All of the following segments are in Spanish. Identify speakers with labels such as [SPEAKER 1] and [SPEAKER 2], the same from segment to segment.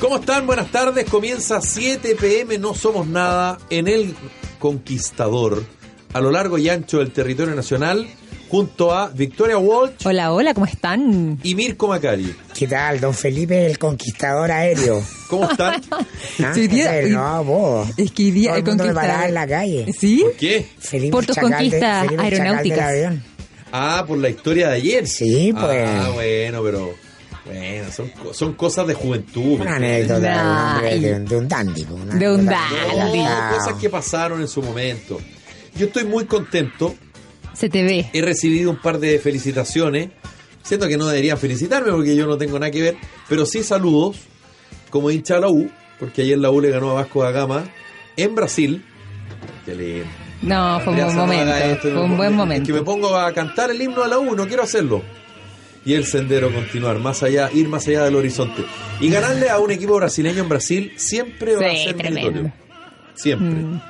[SPEAKER 1] ¿Cómo están? Buenas tardes. Comienza 7 pm, no somos nada, en El Conquistador, a lo largo y ancho del territorio nacional, junto a Victoria Walsh
[SPEAKER 2] Hola, hola, ¿cómo están?
[SPEAKER 1] y Mirko Macari.
[SPEAKER 3] ¿Qué tal? Don Felipe, el conquistador aéreo.
[SPEAKER 1] ¿Cómo están?
[SPEAKER 3] ¿Ah?
[SPEAKER 2] Sí, hoy día-
[SPEAKER 3] Ese,
[SPEAKER 2] hoy-
[SPEAKER 3] no, vos.
[SPEAKER 2] Es que hoy día
[SPEAKER 3] Todo el
[SPEAKER 2] el
[SPEAKER 3] mundo me paraba
[SPEAKER 2] conquistador.
[SPEAKER 3] en la calle.
[SPEAKER 2] ¿Sí?
[SPEAKER 1] ¿Por qué?
[SPEAKER 3] Felipe
[SPEAKER 2] Por tus
[SPEAKER 3] Chacal de-
[SPEAKER 2] conquistas
[SPEAKER 3] Felipe Chacal del
[SPEAKER 2] aeronáuticas.
[SPEAKER 3] avión.
[SPEAKER 1] Ah, por la historia de ayer.
[SPEAKER 3] Sí, pues.
[SPEAKER 1] Ah, bueno, pero. Bueno, son, co- son cosas de juventud.
[SPEAKER 3] Una
[SPEAKER 1] ¿me entiendes?
[SPEAKER 3] anécdota de un hombre,
[SPEAKER 2] Ay.
[SPEAKER 3] de un, de un dandy. pues, una
[SPEAKER 2] De un
[SPEAKER 3] anécdota
[SPEAKER 2] dandy.
[SPEAKER 1] No,
[SPEAKER 3] relajado.
[SPEAKER 1] cosas que pasaron en su momento. Yo estoy muy contento.
[SPEAKER 2] Se te ve.
[SPEAKER 1] He recibido un par de felicitaciones. Siento que no deberían felicitarme porque yo no tengo nada que ver. Pero sí saludos como hincha de la U, porque ayer la U le ganó a Vasco da Gama en Brasil. Qué lindo.
[SPEAKER 2] No, fue un
[SPEAKER 1] Ya
[SPEAKER 2] buen
[SPEAKER 1] se me haga
[SPEAKER 2] momento.
[SPEAKER 1] esto,
[SPEAKER 2] Fue un buen
[SPEAKER 1] Es que me
[SPEAKER 2] momento.
[SPEAKER 1] pongo a cantar el himno a la U, no quiero hacerlo. Y el sendero continuar, más allá, ir más allá del horizonte. Y ganarle a un equipo brasileño en Brasil siempre va a
[SPEAKER 2] Sí,
[SPEAKER 1] ser
[SPEAKER 2] tremendo.
[SPEAKER 1] meritorio. Siempre.
[SPEAKER 2] Mm.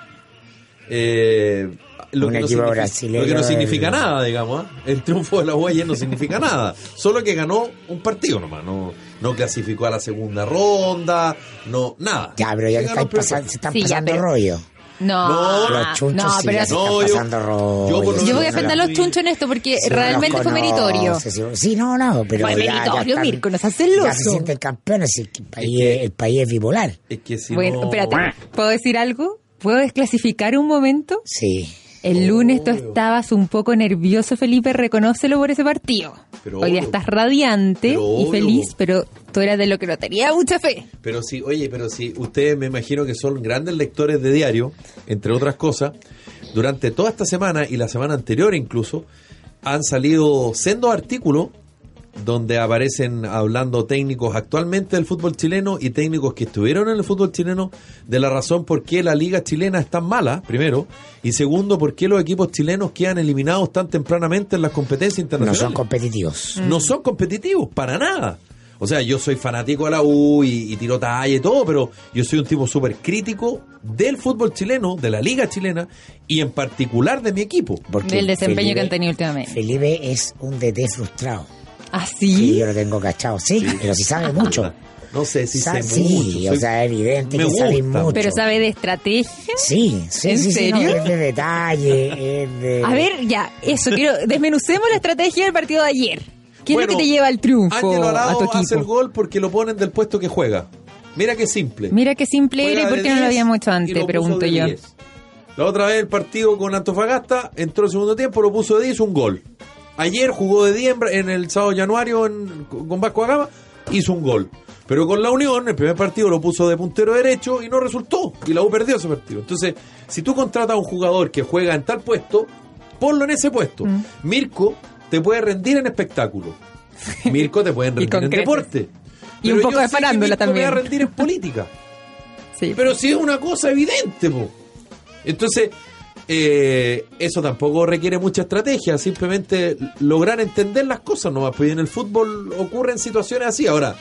[SPEAKER 1] Eh, lo,
[SPEAKER 3] Un
[SPEAKER 1] que no
[SPEAKER 3] equipo
[SPEAKER 1] significa-
[SPEAKER 3] brasileño
[SPEAKER 1] lo que no significa
[SPEAKER 3] del-
[SPEAKER 1] nada, digamos. ¿ah? El triunfo de la U ayer no significa nada. Solo que ganó un partido nomás. No, no clasificó a la segunda ronda, no, nada.
[SPEAKER 3] Ya, pero ya
[SPEAKER 1] Se
[SPEAKER 3] le
[SPEAKER 1] ganó
[SPEAKER 3] estáis
[SPEAKER 1] un premio.
[SPEAKER 3] pasando, se están
[SPEAKER 2] Sí, ya,
[SPEAKER 3] pasando
[SPEAKER 2] pero-
[SPEAKER 3] rollo.
[SPEAKER 2] No,
[SPEAKER 1] No,
[SPEAKER 2] no,
[SPEAKER 3] Los chunchos sí,
[SPEAKER 2] pero
[SPEAKER 3] ya
[SPEAKER 2] es-
[SPEAKER 3] se
[SPEAKER 1] No, yo-
[SPEAKER 3] están pasando rollo.
[SPEAKER 1] yo por
[SPEAKER 2] yo
[SPEAKER 1] lo
[SPEAKER 2] voy a
[SPEAKER 1] no, no,
[SPEAKER 2] defender
[SPEAKER 1] no.
[SPEAKER 2] los chunchos en esto porque
[SPEAKER 3] Sí,
[SPEAKER 2] realmente
[SPEAKER 3] los
[SPEAKER 2] fue meritorio.
[SPEAKER 3] conoce, sí, Sí, no, no, pero
[SPEAKER 2] Fue
[SPEAKER 3] ya- ya
[SPEAKER 2] meritorio,
[SPEAKER 3] están-
[SPEAKER 2] Mirko, nos hace
[SPEAKER 3] Ya se
[SPEAKER 2] loco.
[SPEAKER 3] sienten campeones, el que- el país, es- el país es bipolar.
[SPEAKER 1] Es que si
[SPEAKER 2] bueno,
[SPEAKER 1] no-
[SPEAKER 2] espérate, ¿puedo decir algo? ¿Puedo desclasificar un momento?
[SPEAKER 3] Sí.
[SPEAKER 2] El lunes tú
[SPEAKER 1] obvio.
[SPEAKER 2] estabas un poco nervioso, Felipe, reconócelo por ese partido.
[SPEAKER 1] Pero
[SPEAKER 2] Hoy día
[SPEAKER 1] obvio.
[SPEAKER 2] estás radiante
[SPEAKER 1] Pero
[SPEAKER 2] y
[SPEAKER 1] obvio.
[SPEAKER 2] feliz, pero tú eras de lo que no tenía mucha fe.
[SPEAKER 1] Pero sí, oye, pero sí, ustedes me imagino que son grandes lectores de diario, entre otras cosas, durante toda esta semana y la semana anterior incluso, han salido sendos artículos donde aparecen hablando técnicos actualmente del fútbol chileno y técnicos que estuvieron en el fútbol chileno de la razón por qué la liga chilena es tan mala, primero, y segundo, por qué los equipos chilenos quedan eliminados tan tempranamente en las competencias
[SPEAKER 3] No
[SPEAKER 1] internacionales
[SPEAKER 3] son competitivos.
[SPEAKER 1] no son competitivos para nada. O sea, yo soy fanático de la U y, y tiro talla y todo, pero yo soy un tipo súper crítico del fútbol chileno, de la liga chilena y en particular de mi equipo.
[SPEAKER 3] Porque
[SPEAKER 2] Del desempeño
[SPEAKER 3] Felipe-
[SPEAKER 2] que han tenido últimamente.
[SPEAKER 3] Felipe es un DT frustrado.
[SPEAKER 2] ¿Así?
[SPEAKER 3] Sí, yo lo tengo cachado, sí, pero si sabe mucho.
[SPEAKER 1] No sé si
[SPEAKER 3] Sa-
[SPEAKER 1] sé
[SPEAKER 3] sí,
[SPEAKER 1] mucho.
[SPEAKER 3] o
[SPEAKER 1] soy-
[SPEAKER 3] sea, evidente
[SPEAKER 1] me
[SPEAKER 3] que sabe
[SPEAKER 1] gusta.
[SPEAKER 3] mucho.
[SPEAKER 2] ¿Pero sabe de estrategia?
[SPEAKER 3] Sí, sí,
[SPEAKER 2] ¿En
[SPEAKER 3] sí, sí, no,
[SPEAKER 2] serio?
[SPEAKER 3] es de detalle, es de...
[SPEAKER 2] A ver, ya, eso, quiero, desmenucemos la estrategia del partido de ayer. ¿Qué
[SPEAKER 1] Bueno,
[SPEAKER 2] es lo que te lleva al triunfo
[SPEAKER 1] Ángelo
[SPEAKER 2] a tu
[SPEAKER 1] Arao hace el
[SPEAKER 2] equipo?
[SPEAKER 1] gol porque lo ponen del puesto que juega. Mira qué simple.
[SPEAKER 2] Mira qué simple
[SPEAKER 1] Juega
[SPEAKER 2] era y
[SPEAKER 1] de
[SPEAKER 2] por qué no lo
[SPEAKER 1] 10
[SPEAKER 2] habíamos hecho
[SPEAKER 1] y lo
[SPEAKER 2] antes,
[SPEAKER 1] puso
[SPEAKER 2] pregunto
[SPEAKER 1] de
[SPEAKER 2] yo.
[SPEAKER 1] 10. La otra vez el partido con Antofagasta entró el segundo tiempo, lo puso de 10, un gol. Ayer jugó de 10 en Bra- en el sábado de januario en- con Vasco Agama, hizo un gol. Pero con la Unión, el primer partido lo puso de puntero derecho y no resultó. Y la U perdió ese partido. Entonces, si tú contratas a un jugador que juega en tal puesto, ponlo en ese puesto.
[SPEAKER 2] Mm.
[SPEAKER 1] Mirko te puede rendir en espectáculo. Mirko te puede rendir en
[SPEAKER 2] concretes.
[SPEAKER 1] deporte.
[SPEAKER 2] Y un
[SPEAKER 1] Pero
[SPEAKER 2] poco
[SPEAKER 1] yo
[SPEAKER 2] de
[SPEAKER 1] sé que
[SPEAKER 2] farándula
[SPEAKER 1] Mirko me va a
[SPEAKER 2] también.
[SPEAKER 1] rendir en política.
[SPEAKER 2] Sí.
[SPEAKER 1] Pero si es una cosa evidente, po. Entonces, eh, eso tampoco requiere mucha estrategia, simplemente lograr entender las cosas nomás. Pues y en el fútbol ocurren situaciones así. Ahora,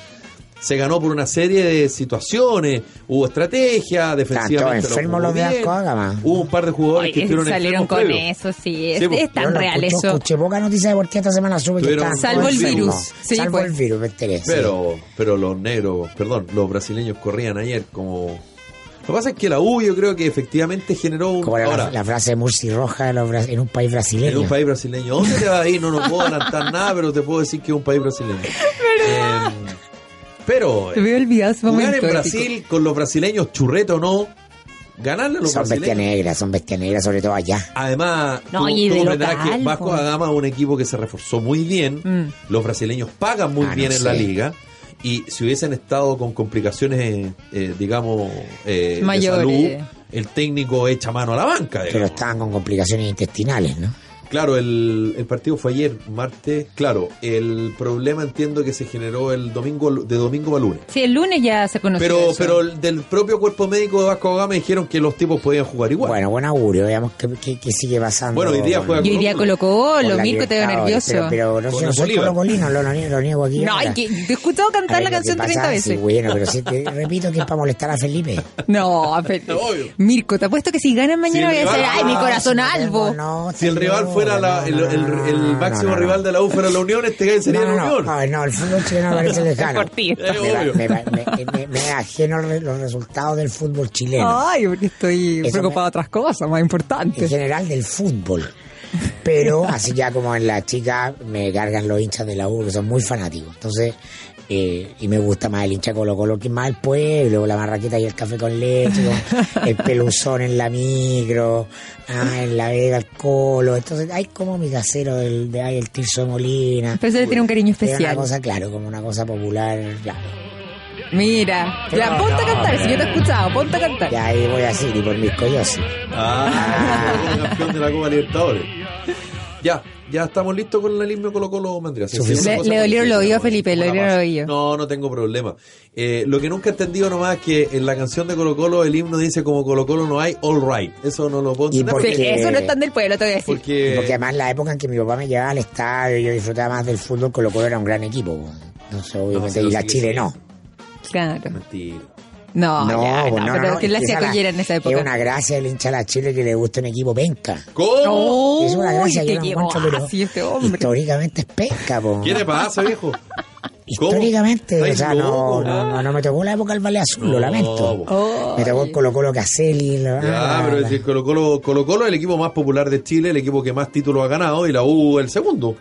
[SPEAKER 1] se ganó por una serie de situaciones, hubo estrategia, defensivamente.
[SPEAKER 3] todos
[SPEAKER 1] lo
[SPEAKER 3] enfermos
[SPEAKER 1] jugó
[SPEAKER 3] los de
[SPEAKER 1] bien,
[SPEAKER 3] Vasco da Gama.
[SPEAKER 1] Hubo un par de jugadores
[SPEAKER 2] Oye,
[SPEAKER 1] que estuvieron
[SPEAKER 2] salieron
[SPEAKER 1] enfermos
[SPEAKER 2] con
[SPEAKER 1] previo.
[SPEAKER 2] eso, sí, es,
[SPEAKER 1] Sí, pues,
[SPEAKER 2] es tan
[SPEAKER 3] Yo no
[SPEAKER 2] real
[SPEAKER 3] escuché-
[SPEAKER 2] eso.
[SPEAKER 3] escuché poca noticia deportiva esta semana, supe que
[SPEAKER 1] Tuvieron-
[SPEAKER 3] estaban
[SPEAKER 1] Salvo
[SPEAKER 3] todos
[SPEAKER 1] el
[SPEAKER 3] enfermos.
[SPEAKER 2] virus, sí,
[SPEAKER 3] Salvo
[SPEAKER 2] pues.
[SPEAKER 3] el virus, me enteré. sí.
[SPEAKER 1] Pero, pero los negros, perdón, los brasileños corrían ayer como... Lo que pasa es que la U yo creo que efectivamente generó un...
[SPEAKER 3] Como la,
[SPEAKER 1] Ahora,
[SPEAKER 3] la frase de Murci Roja de los bra- en un país brasileño.
[SPEAKER 1] En un país brasileño. ¿Dónde te vas a ir? No nos puedo adelantar nada, pero te puedo decir que es un país brasileño. Eh, pero
[SPEAKER 2] Te
[SPEAKER 1] eh,
[SPEAKER 2] veo olvidado ese
[SPEAKER 1] jugar
[SPEAKER 2] momento.
[SPEAKER 1] en
[SPEAKER 2] épico.
[SPEAKER 1] Brasil con los brasileños, churreto o no, ganarle a los
[SPEAKER 3] son bestias
[SPEAKER 1] brasileños.
[SPEAKER 3] negras, son bestias negras, sobre todo allá.
[SPEAKER 1] Además,
[SPEAKER 2] No,
[SPEAKER 1] tú,
[SPEAKER 2] y
[SPEAKER 1] tú
[SPEAKER 2] de
[SPEAKER 1] comprenderás
[SPEAKER 2] local,
[SPEAKER 1] que Vasco
[SPEAKER 2] po.
[SPEAKER 1] da Gama es un equipo que se reforzó muy bien.
[SPEAKER 2] Mm.
[SPEAKER 1] Los brasileños pagan muy
[SPEAKER 3] Ah,
[SPEAKER 1] bien
[SPEAKER 3] no
[SPEAKER 1] en la
[SPEAKER 3] sé.
[SPEAKER 1] liga. Y si hubiesen estado con complicaciones, eh, eh, digamos, eh, de
[SPEAKER 2] Mayores.
[SPEAKER 1] salud, el técnico echa mano a la banca.
[SPEAKER 3] Pero
[SPEAKER 1] digamos.
[SPEAKER 3] estaban con complicaciones intestinales, ¿no?
[SPEAKER 1] Claro, el, el partido fue ayer, martes. Claro, el problema entiendo que se generó el domingo, de domingo a lunes.
[SPEAKER 2] Sí, el lunes ya se conoció.
[SPEAKER 1] Pero,
[SPEAKER 2] eso.
[SPEAKER 1] pero el del propio cuerpo médico de Vasco Gama dijeron que los tipos podían jugar igual.
[SPEAKER 3] Bueno, buen augurio, veamos qué, qué- qué sigue pasando.
[SPEAKER 1] Bueno, hoy día juega
[SPEAKER 3] con-
[SPEAKER 2] Yo iría
[SPEAKER 1] Colo-Colo.
[SPEAKER 2] Colo Colo,
[SPEAKER 3] con la
[SPEAKER 2] Mirko, te veo
[SPEAKER 3] Libertadores,
[SPEAKER 2] nervioso.
[SPEAKER 3] Pero, pero no,
[SPEAKER 1] Con
[SPEAKER 3] sé, no
[SPEAKER 1] los
[SPEAKER 3] soy
[SPEAKER 1] Bolívar.
[SPEAKER 3] colocolino, lo, lo niego- lo niego aquí.
[SPEAKER 2] no,
[SPEAKER 3] ahora.
[SPEAKER 2] hay que, te he escuchado cantar
[SPEAKER 3] A
[SPEAKER 2] la
[SPEAKER 3] ver, lo que
[SPEAKER 2] canción
[SPEAKER 3] pasa,
[SPEAKER 2] 30
[SPEAKER 3] Sí,
[SPEAKER 2] veces.
[SPEAKER 3] bueno, pero sí, te repito que es para molestar a Felipe.
[SPEAKER 2] No, Felipe.
[SPEAKER 1] Obvio.
[SPEAKER 2] Mirko, te apuesto que si ganan mañana voy
[SPEAKER 1] Sí,
[SPEAKER 2] a decir,
[SPEAKER 1] rival.
[SPEAKER 2] ay, mi corazón albo.
[SPEAKER 3] No, no,
[SPEAKER 1] Si el rival
[SPEAKER 3] no,
[SPEAKER 1] fuera la- el, el- el
[SPEAKER 3] no,
[SPEAKER 1] máximo
[SPEAKER 3] no, no.
[SPEAKER 1] rival de la U fuera la Unión, este gallo sería
[SPEAKER 3] no,
[SPEAKER 1] la
[SPEAKER 3] no,
[SPEAKER 1] Unión.
[SPEAKER 3] no, a ver, no, el fútbol chileno me parece lejano.
[SPEAKER 2] Por ti.
[SPEAKER 1] Eh,
[SPEAKER 3] Me, va-
[SPEAKER 1] obvio.
[SPEAKER 3] me, va- me, me- me ajeno re- los resultados del fútbol chileno,
[SPEAKER 2] Ay, porque estoy
[SPEAKER 3] Eso
[SPEAKER 2] preocupado
[SPEAKER 3] me-
[SPEAKER 2] de otras cosas más
[SPEAKER 3] en
[SPEAKER 2] importantes.
[SPEAKER 3] general del fútbol. Pero así ya como en la chica me cargan los hinchas de la U, que son muy fanáticos. Entonces, eh, y me gusta más el hincha Colo Colo que más el pueblo, con la marraqueta y el café con leche, con el peluzón en la micro, ah, en la vega el colo. Entonces, hay como mi casero del, de ahí, el Tirso de Molina.
[SPEAKER 2] Pero se le tiene un cariño
[SPEAKER 3] Es una
[SPEAKER 2] especial.
[SPEAKER 3] cosa, claro, como una cosa popular, claro.
[SPEAKER 2] Mira,
[SPEAKER 3] Pero
[SPEAKER 2] ya,
[SPEAKER 3] no,
[SPEAKER 2] ponte a
[SPEAKER 3] no,
[SPEAKER 2] cantar, si yo te he escuchado, ponte a cantar.
[SPEAKER 3] Y ahí voy así, y por mis collos.
[SPEAKER 1] Ah, el campeón de la Copa Libertadores. Ya, ya estamos listos con el himno Colo Colo Mandrias. Sí,
[SPEAKER 3] Suficiente.
[SPEAKER 1] sí,
[SPEAKER 2] Le-
[SPEAKER 1] una cosa
[SPEAKER 2] le
[SPEAKER 1] que
[SPEAKER 2] dolieron los
[SPEAKER 1] sí,
[SPEAKER 2] oídos,
[SPEAKER 1] una
[SPEAKER 2] Felipe, le
[SPEAKER 1] cosa.
[SPEAKER 2] dolieron los oídos.
[SPEAKER 1] No, no tengo problema. Eh, lo que nunca he entendido nomás es que en la canción de Colo Colo el himno dice como Colo Colo no hay, all right. Eso no lo puedo
[SPEAKER 3] ¿Y
[SPEAKER 1] entender.
[SPEAKER 3] por
[SPEAKER 2] Sí,
[SPEAKER 3] porque-
[SPEAKER 2] Eso no es tan del pueblo, te voy a decir.
[SPEAKER 1] Porque,
[SPEAKER 3] Porque además la época en que mi papá me llevaba al estadio, yo disfrutaba más del fútbol, Colo Colo era un gran equipo. po. Entonces, obviamente,
[SPEAKER 1] sí, lo
[SPEAKER 3] y la
[SPEAKER 1] sigue
[SPEAKER 3] Chile
[SPEAKER 1] siendo.
[SPEAKER 3] no.
[SPEAKER 2] Claro.
[SPEAKER 1] Mentira.
[SPEAKER 2] No,
[SPEAKER 3] no,
[SPEAKER 2] Ah, ya,
[SPEAKER 3] po,
[SPEAKER 2] no, pero que la
[SPEAKER 3] es que
[SPEAKER 2] hacía
[SPEAKER 3] esa la-
[SPEAKER 2] collera en esa época.
[SPEAKER 3] Es una gracia del hincha de la Chile que le gusta un equipo penca.
[SPEAKER 1] ¿Cómo?
[SPEAKER 2] No,
[SPEAKER 3] es una gracia
[SPEAKER 2] que
[SPEAKER 3] yo la
[SPEAKER 2] llevó
[SPEAKER 3] encuentro, pero
[SPEAKER 2] así este hombre.
[SPEAKER 3] históricamente es penca, po.
[SPEAKER 1] ¿Qué le pasa, viejo? ¿Cómo?
[SPEAKER 3] Históricamente,
[SPEAKER 1] Ay,
[SPEAKER 3] o sea, no,
[SPEAKER 1] loco.
[SPEAKER 3] no, no, no me tocó la época del Valle Azul, lo
[SPEAKER 1] No,
[SPEAKER 3] lamento.
[SPEAKER 1] po.
[SPEAKER 2] Oh.
[SPEAKER 3] Me tocó el Colo Colo Caselli. lo-
[SPEAKER 1] Ya,
[SPEAKER 3] ah,
[SPEAKER 1] pero es
[SPEAKER 3] la-
[SPEAKER 1] decir, Colo Colo, Colo Colo es el equipo más popular de Chile, el equipo que más títulos ha ganado y la U el segundo.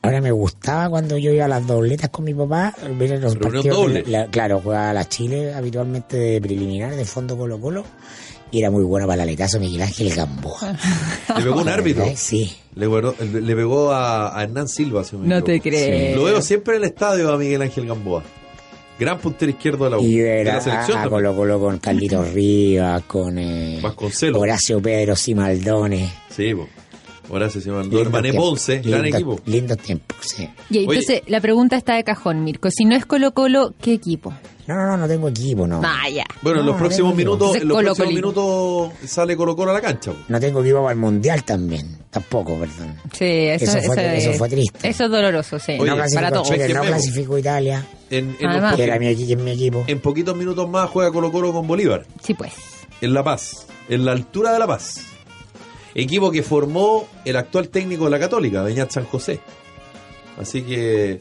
[SPEAKER 3] Ahora me gustaba cuando yo iba a las dobletas con mi papá, ver los
[SPEAKER 1] Reunión
[SPEAKER 3] partidos.
[SPEAKER 1] doble.
[SPEAKER 3] la- claro, jugaba a las Chile habitualmente de preliminar, de fondo Colo Colo, y era muy bueno para el aletazo Miguel Ángel Gamboa. ¿Eh?
[SPEAKER 1] Le pegó un árbitro.
[SPEAKER 3] Sí.
[SPEAKER 1] Le, guardó- le- le pegó a, a Hernán Silva, si me
[SPEAKER 2] No te
[SPEAKER 1] equivoco.
[SPEAKER 2] crees.
[SPEAKER 1] Lo veo siempre en el estadio a Miguel Ángel Gamboa. Gran puntero izquierdo de la U.
[SPEAKER 3] Y
[SPEAKER 1] de
[SPEAKER 3] era
[SPEAKER 1] la selección
[SPEAKER 3] a,
[SPEAKER 1] también.
[SPEAKER 3] Colo Colo con Carlitos Rivas, con eh,
[SPEAKER 1] Vasconcelos.
[SPEAKER 3] Horacio Pedro Simaldones.
[SPEAKER 1] Sí, po. Horacio se mandó.
[SPEAKER 3] Lindos
[SPEAKER 1] Hermané
[SPEAKER 3] tiempos,
[SPEAKER 1] Ponce, gran
[SPEAKER 3] lindos-
[SPEAKER 1] equipo.
[SPEAKER 3] Lindos tiempos, sí.
[SPEAKER 2] Y entonces, la pregunta está de cajón, Mirko. Si no es Colo Colo, ¿qué equipo?
[SPEAKER 3] No, no, no, no tengo equipo, no.
[SPEAKER 2] Vaya.
[SPEAKER 1] Bueno, en
[SPEAKER 2] Ah,
[SPEAKER 3] No,
[SPEAKER 1] los próximos
[SPEAKER 3] no, no, no.
[SPEAKER 1] minutos, en los
[SPEAKER 2] Colo
[SPEAKER 1] próximos
[SPEAKER 2] Colino.
[SPEAKER 1] minutos sale Colo Colo a la cancha. po.
[SPEAKER 3] No tengo equipo para el Mundial también. Tampoco, perdón.
[SPEAKER 2] Sí, eso,
[SPEAKER 3] Eso fue-
[SPEAKER 2] es-
[SPEAKER 3] eso fue triste.
[SPEAKER 2] Eso es doloroso, sí.
[SPEAKER 1] Oye,
[SPEAKER 3] no
[SPEAKER 2] para
[SPEAKER 3] clasificó
[SPEAKER 2] todos.
[SPEAKER 3] Chile,
[SPEAKER 1] Oye, Ah.
[SPEAKER 3] no
[SPEAKER 1] Memo.
[SPEAKER 3] clasificó Italia,
[SPEAKER 1] En, en los
[SPEAKER 2] Además.
[SPEAKER 3] que
[SPEAKER 1] próximos-
[SPEAKER 3] era mi, equi- mi equipo.
[SPEAKER 1] en poquitos minutos más juega Colo Colo con Bolívar.
[SPEAKER 2] Sí, pues.
[SPEAKER 1] en La Paz, en la altura de La Paz. Equipo que formó el actual técnico de la Católica, Beñat San José. Así que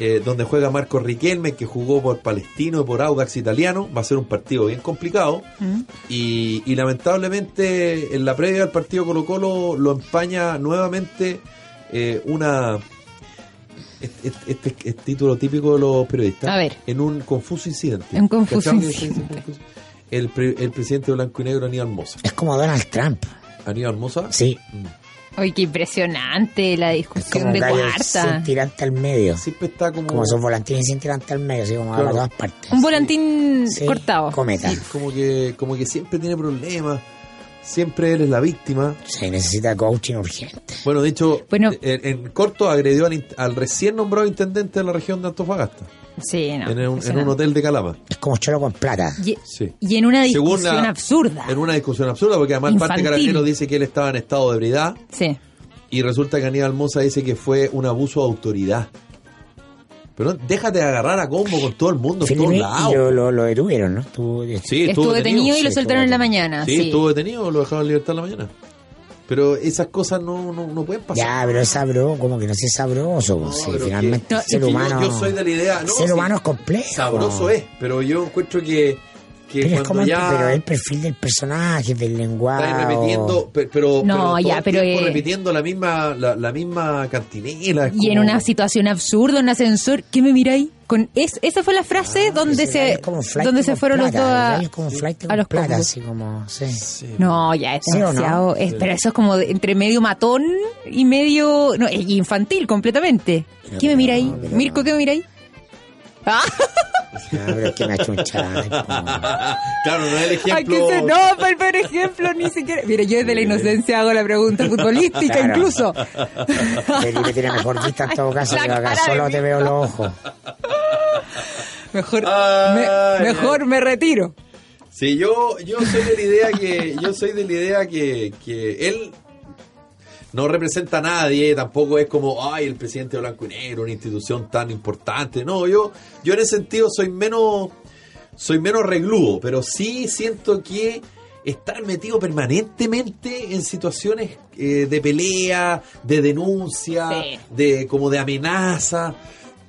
[SPEAKER 1] eh, donde juega Marco Riquelme, que jugó por Palestino y por Audax Italiano, va a ser un partido bien complicado.
[SPEAKER 2] ¿Mm?
[SPEAKER 1] Y, y lamentablemente en la previa del partido Colo Colo lo empaña nuevamente eh, una... Este, este- este es título típico de los periodistas.
[SPEAKER 2] A ver.
[SPEAKER 1] En un confuso incidente.
[SPEAKER 2] Un confuso
[SPEAKER 1] ¿Cachai? Sí,
[SPEAKER 2] incidente.
[SPEAKER 1] sí, sí, sí. El, pre- el presidente blanco y negro Aníbal Mosa.
[SPEAKER 3] Es como Donald Trump.
[SPEAKER 1] Aníbal Mosa.
[SPEAKER 3] Sí.
[SPEAKER 2] Oye, qué impresionante la
[SPEAKER 3] Es
[SPEAKER 2] discusión
[SPEAKER 3] como
[SPEAKER 2] de
[SPEAKER 3] un gallo
[SPEAKER 2] cuarta.
[SPEAKER 3] sin tirante al medio.
[SPEAKER 1] Siempre está como,
[SPEAKER 3] Como son volantines sin tirante al medio, así como va
[SPEAKER 1] Claro.
[SPEAKER 3] para todas partes.
[SPEAKER 2] Un volantín
[SPEAKER 3] Sí,
[SPEAKER 2] cortado.
[SPEAKER 3] Cometa.
[SPEAKER 1] como que como que siempre tiene problemas. Siempre él es la víctima.
[SPEAKER 3] Se necesita coaching urgente.
[SPEAKER 1] Bueno, de hecho,
[SPEAKER 2] Bueno.
[SPEAKER 1] en, en corto agredió al, int- al recién nombrado intendente de la región de Antofagasta.
[SPEAKER 2] Sí, no.
[SPEAKER 1] en, un, en un
[SPEAKER 2] impresionante.
[SPEAKER 1] hotel de Calama.
[SPEAKER 3] Es como choro con plata.
[SPEAKER 2] Y,
[SPEAKER 1] Sí.
[SPEAKER 2] y en una
[SPEAKER 1] Según
[SPEAKER 2] discusión
[SPEAKER 1] la-
[SPEAKER 2] absurda.
[SPEAKER 1] En una discusión absurda, porque además parte
[SPEAKER 2] Infantil.
[SPEAKER 1] Carabineros dice que él estaba en estado de ebriedad.
[SPEAKER 2] Sí.
[SPEAKER 1] Y resulta que Aníbal Mosa dice que fue un abuso de autoridad. Pero no- déjate de agarrar a combo con todo el mundo, en todos
[SPEAKER 3] Felipe, y
[SPEAKER 1] lados.
[SPEAKER 3] lo, lo, lo detuvieron, ¿no? eh, Estuvo-
[SPEAKER 1] Sí,
[SPEAKER 2] Estuvo detenido y lo
[SPEAKER 3] sí,
[SPEAKER 2] soltaron
[SPEAKER 3] estuvo
[SPEAKER 2] en la
[SPEAKER 3] detenido.
[SPEAKER 2] mañana.
[SPEAKER 1] Sí,
[SPEAKER 2] Sí,
[SPEAKER 1] estuvo detenido, lo dejaron en libertad en la mañana. Pero esas cosas no, no, no pueden pasar.
[SPEAKER 3] Ya, pero es sabroso, como que no sé sabroso. pues,
[SPEAKER 1] No,
[SPEAKER 3] sí,
[SPEAKER 1] pero
[SPEAKER 3] finalmente,
[SPEAKER 1] que-
[SPEAKER 3] el
[SPEAKER 1] no,
[SPEAKER 3] ser
[SPEAKER 1] es que yo-
[SPEAKER 3] humano.
[SPEAKER 1] Yo, soy de la idea. No,
[SPEAKER 3] ser
[SPEAKER 1] sí,
[SPEAKER 3] humano es complejo.
[SPEAKER 1] Sabroso es, pero yo encuentro que, que
[SPEAKER 3] Pero es
[SPEAKER 1] cuando
[SPEAKER 3] como el-
[SPEAKER 1] ya.
[SPEAKER 3] pero el perfil del personaje, del lenguaje.
[SPEAKER 1] Están repitiendo, pe- pero,
[SPEAKER 2] No,
[SPEAKER 1] pero todo
[SPEAKER 2] ya,
[SPEAKER 1] el
[SPEAKER 2] pero,
[SPEAKER 1] tiempo
[SPEAKER 2] eh,
[SPEAKER 1] repitiendo la misma, la, la misma cantinela. es
[SPEAKER 2] Y en
[SPEAKER 1] como-
[SPEAKER 2] una situación absurda, un ascensor. ¿Qué me miráis? Con es, esa fue la
[SPEAKER 3] Ah,
[SPEAKER 2] frase donde se donde se fueron los dos a, a los
[SPEAKER 3] plata,
[SPEAKER 2] combos.
[SPEAKER 3] así como, sí.
[SPEAKER 1] Sí.
[SPEAKER 2] No, ya es
[SPEAKER 3] ¿Sí o no?
[SPEAKER 2] demasiado. es- pero eso es como de- entre medio matón y medio. No, es infantil completamente.
[SPEAKER 3] Pero
[SPEAKER 2] ¿Qué me mira ahí?
[SPEAKER 3] no, pero
[SPEAKER 2] Mirko,
[SPEAKER 3] no.
[SPEAKER 2] ¿qué me mira ahí? Ah,
[SPEAKER 3] No, pero es que me achuncharon.
[SPEAKER 1] claro, no es el
[SPEAKER 2] Ay, que
[SPEAKER 1] ejemplo.
[SPEAKER 2] se no, pero el peor ejemplo ni siquiera. Mira, yo desde la inocencia hago la pregunta futbolística
[SPEAKER 3] Claro.
[SPEAKER 2] incluso.
[SPEAKER 3] Felipe tiene mejor vista en todo caso,
[SPEAKER 2] La
[SPEAKER 3] pero acá
[SPEAKER 2] cara de
[SPEAKER 3] solo te
[SPEAKER 2] mí.
[SPEAKER 3] veo los ojos.
[SPEAKER 2] Mejor,
[SPEAKER 1] Ay,
[SPEAKER 2] me, mejor me retiro.
[SPEAKER 1] Sí, yo, yo soy de la idea que yo soy de la idea que, que él no representa a nadie, tampoco es como ay el presidente de blanco y negro, una institución tan importante. No, yo yo en ese sentido soy menos soy menos regludo, pero sí siento que estar metido permanentemente en situaciones eh, de pelea, de denuncia,
[SPEAKER 2] Sí.
[SPEAKER 1] de como de amenaza,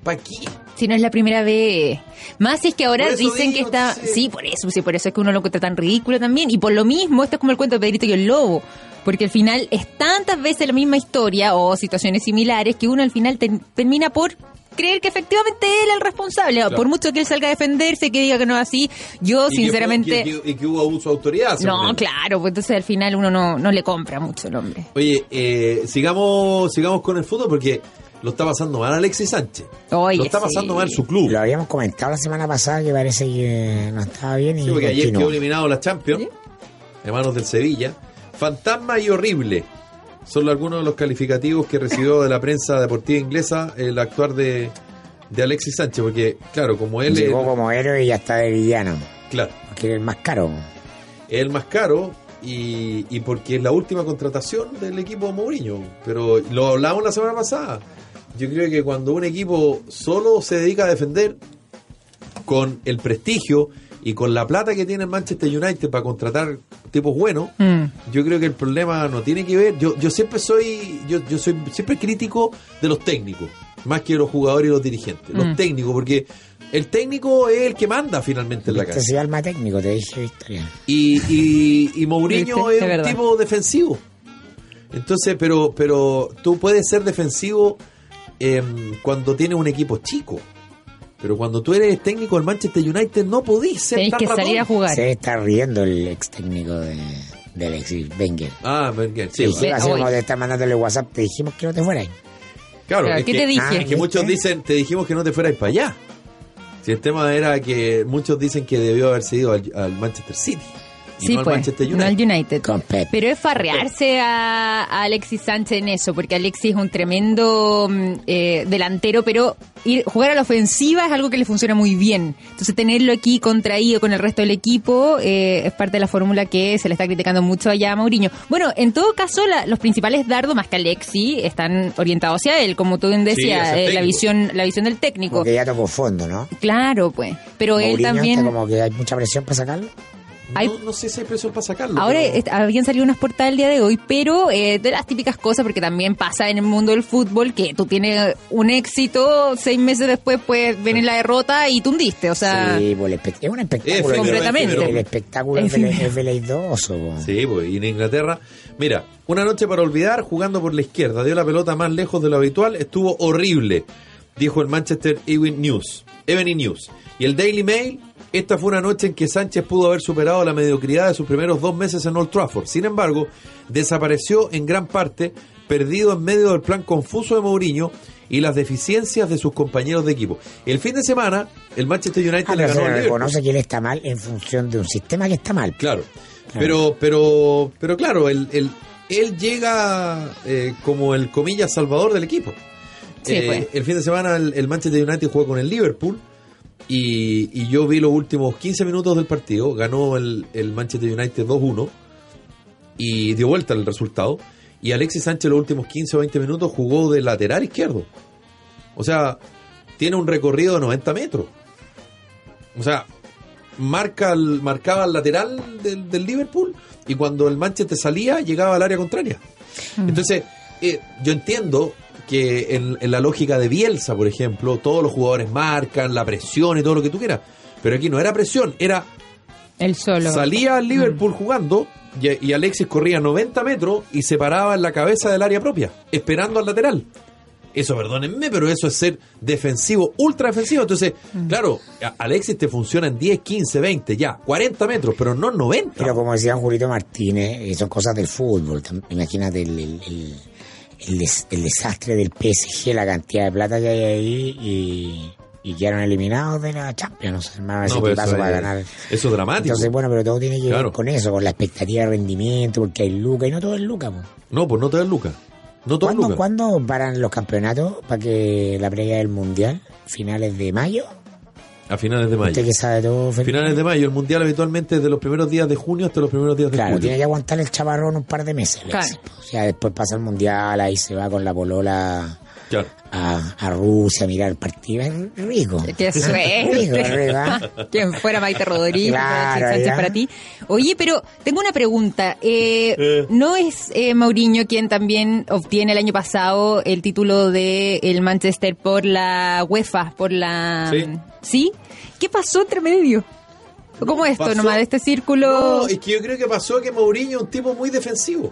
[SPEAKER 1] ¿para qué?
[SPEAKER 2] Si no es la primera vez. Más si es que ahora
[SPEAKER 1] Por eso
[SPEAKER 2] dicen que
[SPEAKER 1] digo,
[SPEAKER 2] está.
[SPEAKER 1] sí.
[SPEAKER 2] Sí, por eso, sí, por eso es que uno lo encuentra tan ridículo también. Y por lo mismo, esto es como el cuento de Pedrito y el Lobo. Porque al final es tantas veces la misma historia o situaciones similares que uno al final ten- termina por creer que efectivamente él es el responsable. Por mucho que él salga a defenderse, que diga que no es así, yo
[SPEAKER 1] Y que-
[SPEAKER 2] sinceramente.
[SPEAKER 1] y, que- y que hubo abuso de autoridad. según
[SPEAKER 2] no,
[SPEAKER 1] él.
[SPEAKER 2] claro, pues entonces al final uno no, no le compra mucho el hombre.
[SPEAKER 1] Oye, eh, sigamos, sigamos con el fútbol porque lo está pasando mal Alexis Sánchez.
[SPEAKER 2] Oye,
[SPEAKER 1] lo está
[SPEAKER 2] sí.
[SPEAKER 1] pasando mal su club.
[SPEAKER 3] Lo habíamos comentado la semana pasada que parece que no estaba bien y
[SPEAKER 1] Sí, porque ayer
[SPEAKER 3] continuó.
[SPEAKER 1] quedó eliminado la Champions, en manos del Sevilla. Fantasma y horrible. Son algunos de los calificativos que recibió de la prensa deportiva inglesa el actuar de, de Alexis Sánchez, porque claro, como él es
[SPEAKER 3] Llegó como héroe y ya está de villano.
[SPEAKER 1] claro,
[SPEAKER 3] Que era el más caro.
[SPEAKER 1] es el más caro y, y porque es la última contratación del equipo de Mourinho. Pero lo hablamos la semana pasada. Yo creo que cuando un equipo solo se dedica a defender con el prestigio y con la plata que tiene el Manchester United para contratar tipos buenos,
[SPEAKER 2] Mm.
[SPEAKER 1] yo creo que el problema no tiene que ver. Yo, yo siempre soy, yo, yo soy siempre crítico de los técnicos, más que de los jugadores y los dirigentes. Los
[SPEAKER 2] Mm.
[SPEAKER 1] técnicos, porque el técnico es el que manda finalmente en la
[SPEAKER 3] Este
[SPEAKER 1] cancha.
[SPEAKER 3] es el alma técnico, te dije, Victoria.
[SPEAKER 1] Y, y, y Mourinho
[SPEAKER 2] ¿Viste?
[SPEAKER 1] es
[SPEAKER 2] Es
[SPEAKER 1] un
[SPEAKER 2] verdad.
[SPEAKER 1] tipo defensivo. Entonces, pero, pero tú puedes ser defensivo em, cuando tienes un equipo chico. Pero cuando tú eres técnico del Manchester United no podís ser
[SPEAKER 2] Tenéis
[SPEAKER 1] tan
[SPEAKER 2] que
[SPEAKER 1] ratón.
[SPEAKER 2] salir a jugar.
[SPEAKER 3] Se está riendo el ex técnico de, de Alexis Wenger.
[SPEAKER 1] Ah, Wenger, sí,
[SPEAKER 3] Sí,
[SPEAKER 1] bueno.
[SPEAKER 3] ¿qué
[SPEAKER 2] Ve-
[SPEAKER 3] hacemos?
[SPEAKER 2] hoy.
[SPEAKER 3] Te está mandándole WhatsApp, te dijimos que no te fueras.
[SPEAKER 1] claro.
[SPEAKER 2] Claro,
[SPEAKER 1] es
[SPEAKER 2] ¿qué
[SPEAKER 1] que,
[SPEAKER 2] te dije?
[SPEAKER 3] ah,
[SPEAKER 1] es que muchos dicen, te dijimos que no te fueras para allá. Si el tema era que muchos dicen que debió haber sido al, al Manchester City. y
[SPEAKER 2] Sí,
[SPEAKER 1] no al
[SPEAKER 2] pues,
[SPEAKER 1] Manchester
[SPEAKER 2] no al
[SPEAKER 1] United.
[SPEAKER 2] United.
[SPEAKER 3] Con Pep.
[SPEAKER 2] Pero es farrearse a, a Alexis Sánchez en eso, porque Alexis es un tremendo mm, eh, delantero, pero ir, jugar a la ofensiva es algo que le funciona muy bien. Entonces tenerlo aquí contraído con el resto del equipo eh, es parte de la fórmula que se le está criticando mucho allá a Mourinho. Bueno, en todo caso, la- los principales dardos, más que Alexis, están orientados hacia él, como tú bien
[SPEAKER 1] Sí,
[SPEAKER 2] decías,
[SPEAKER 1] hacia el
[SPEAKER 2] eh, la,
[SPEAKER 1] técnico.
[SPEAKER 2] visión, la visión del técnico.
[SPEAKER 3] Porque ya tocó fondo, ¿no?
[SPEAKER 2] Claro, pues. Pero él
[SPEAKER 3] Mourinho
[SPEAKER 2] también...
[SPEAKER 3] está como que hay mucha presión para sacarlo.
[SPEAKER 1] No, no sé si hay presión para sacarlo.
[SPEAKER 2] Ahora
[SPEAKER 1] pero-
[SPEAKER 2] est- habían salido unas portadas el día de hoy, pero eh, de las típicas cosas, porque también pasa en el mundo del fútbol que tú tienes un éxito, seis meses después pues viene la derrota y tú hundiste, o sea,
[SPEAKER 3] Sí, pues, el espe- es un espectáculo.
[SPEAKER 1] Efímero,
[SPEAKER 2] Completamente.
[SPEAKER 3] El
[SPEAKER 1] efímero.
[SPEAKER 3] espectáculo es,
[SPEAKER 2] Efímero.
[SPEAKER 3] vele- es veleidoso. Ah, po.
[SPEAKER 1] Sí, pues, y en Inglaterra. Mira, una noche para olvidar, jugando por la izquierda, dio la pelota más lejos de lo habitual, estuvo horrible, dijo el Manchester Evening News. Evening News. Y el Daily Mail, esta fue una noche en que Sánchez pudo haber superado la mediocridad de sus primeros dos meses en Old Trafford. Sin embargo, desapareció en gran parte, perdido en medio del plan confuso de Mourinho y las deficiencias de sus compañeros de equipo. El fin de semana, el Manchester United
[SPEAKER 3] Ah,
[SPEAKER 1] este le ganó
[SPEAKER 3] pero se
[SPEAKER 1] al
[SPEAKER 3] le
[SPEAKER 1] Liverpool.
[SPEAKER 3] reconoce que él está mal en función de un sistema que está mal.
[SPEAKER 1] Claro. Pero, pero, pero claro, él, él, él llega eh, como el comillas salvador del equipo.
[SPEAKER 2] Sí,
[SPEAKER 1] Eh,
[SPEAKER 2] pues.
[SPEAKER 1] El fin de semana el, el Manchester United jugó con el Liverpool y, y yo vi los últimos 15 minutos del partido. Ganó el, el Manchester United 2-1 y dio vuelta el resultado. Y Alexis Sánchez los últimos 15 o 20 minutos jugó de lateral izquierdo. O sea, tiene un recorrido de 90 metros. O sea, marca el- marcaba el lateral del, del Liverpool y cuando el Manchester salía llegaba al área contraria. Entonces, eh, yo entiendo que en, en la lógica de Bielsa, por ejemplo, todos los jugadores marcan la presión y todo lo que tú quieras. Pero aquí no era presión, era
[SPEAKER 2] él solo.
[SPEAKER 1] salía al Liverpool jugando y, y Alexis corría 90 metros y se paraba en la cabeza del área propia, esperando al lateral. Eso, perdónenme, pero eso es ser defensivo, ultra defensivo. Entonces, claro, a- Alexis te funciona en 10, 15, 20, ya, 40 metros, pero no 90.
[SPEAKER 3] Pero como decía Julito Martínez, eh, son cosas del fútbol. tam- Imagínate el, el- el- el des- el desastre del PSG, la cantidad de plata que hay ahí y y quedaron eliminados de la Champions, hermano, ese
[SPEAKER 1] No, pero
[SPEAKER 3] tipazo
[SPEAKER 1] eso,
[SPEAKER 3] para
[SPEAKER 1] es,
[SPEAKER 3] ganar.
[SPEAKER 1] eso es dramático.
[SPEAKER 3] Entonces, bueno, pero todo tiene que
[SPEAKER 1] Claro.
[SPEAKER 3] ver con eso, con la expectativa de rendimiento, porque hay Luca, y no todo es Luca. po.
[SPEAKER 1] no, pues no te das lucas. No te das
[SPEAKER 3] ¿Cuándo,
[SPEAKER 1] lucas.
[SPEAKER 3] ¿Cuándo paran los campeonatos para que la previa del Mundial? ¿Finales de mayo?
[SPEAKER 1] A finales de mayo.
[SPEAKER 3] Usted que sabe todo, Felipe.
[SPEAKER 1] Finales de mayo. El mundial habitualmente es de los primeros días de junio hasta los primeros días de
[SPEAKER 3] Claro,
[SPEAKER 1] julio.
[SPEAKER 3] tiene que aguantar el chaparrón un par de meses. le
[SPEAKER 2] Claro.
[SPEAKER 3] dicen, po. O sea, después pasa el Mundial, ahí se va con la polola
[SPEAKER 1] Claro.
[SPEAKER 3] a, a Rusia a mirar el partido. Es rico.
[SPEAKER 2] Qué
[SPEAKER 3] Rico,
[SPEAKER 2] suerte.
[SPEAKER 3] rico, ¿ah?
[SPEAKER 2] Quien fuera Maite Rodríguez,
[SPEAKER 3] Claro,
[SPEAKER 2] Alexis Sánchez
[SPEAKER 3] ya.
[SPEAKER 2] para ti. Oye, pero tengo una pregunta. Eh, ¿No es eh, Mauriño quien también obtiene el año pasado el título de el Manchester por la UEFA, por la...
[SPEAKER 1] Sí.
[SPEAKER 2] ¿Sí? ¿Qué pasó entre medio? ¿Cómo esto
[SPEAKER 1] Pasó-
[SPEAKER 2] nomás de este círculo?
[SPEAKER 1] No, es que yo creo que pasó que Mourinho es un tipo muy defensivo.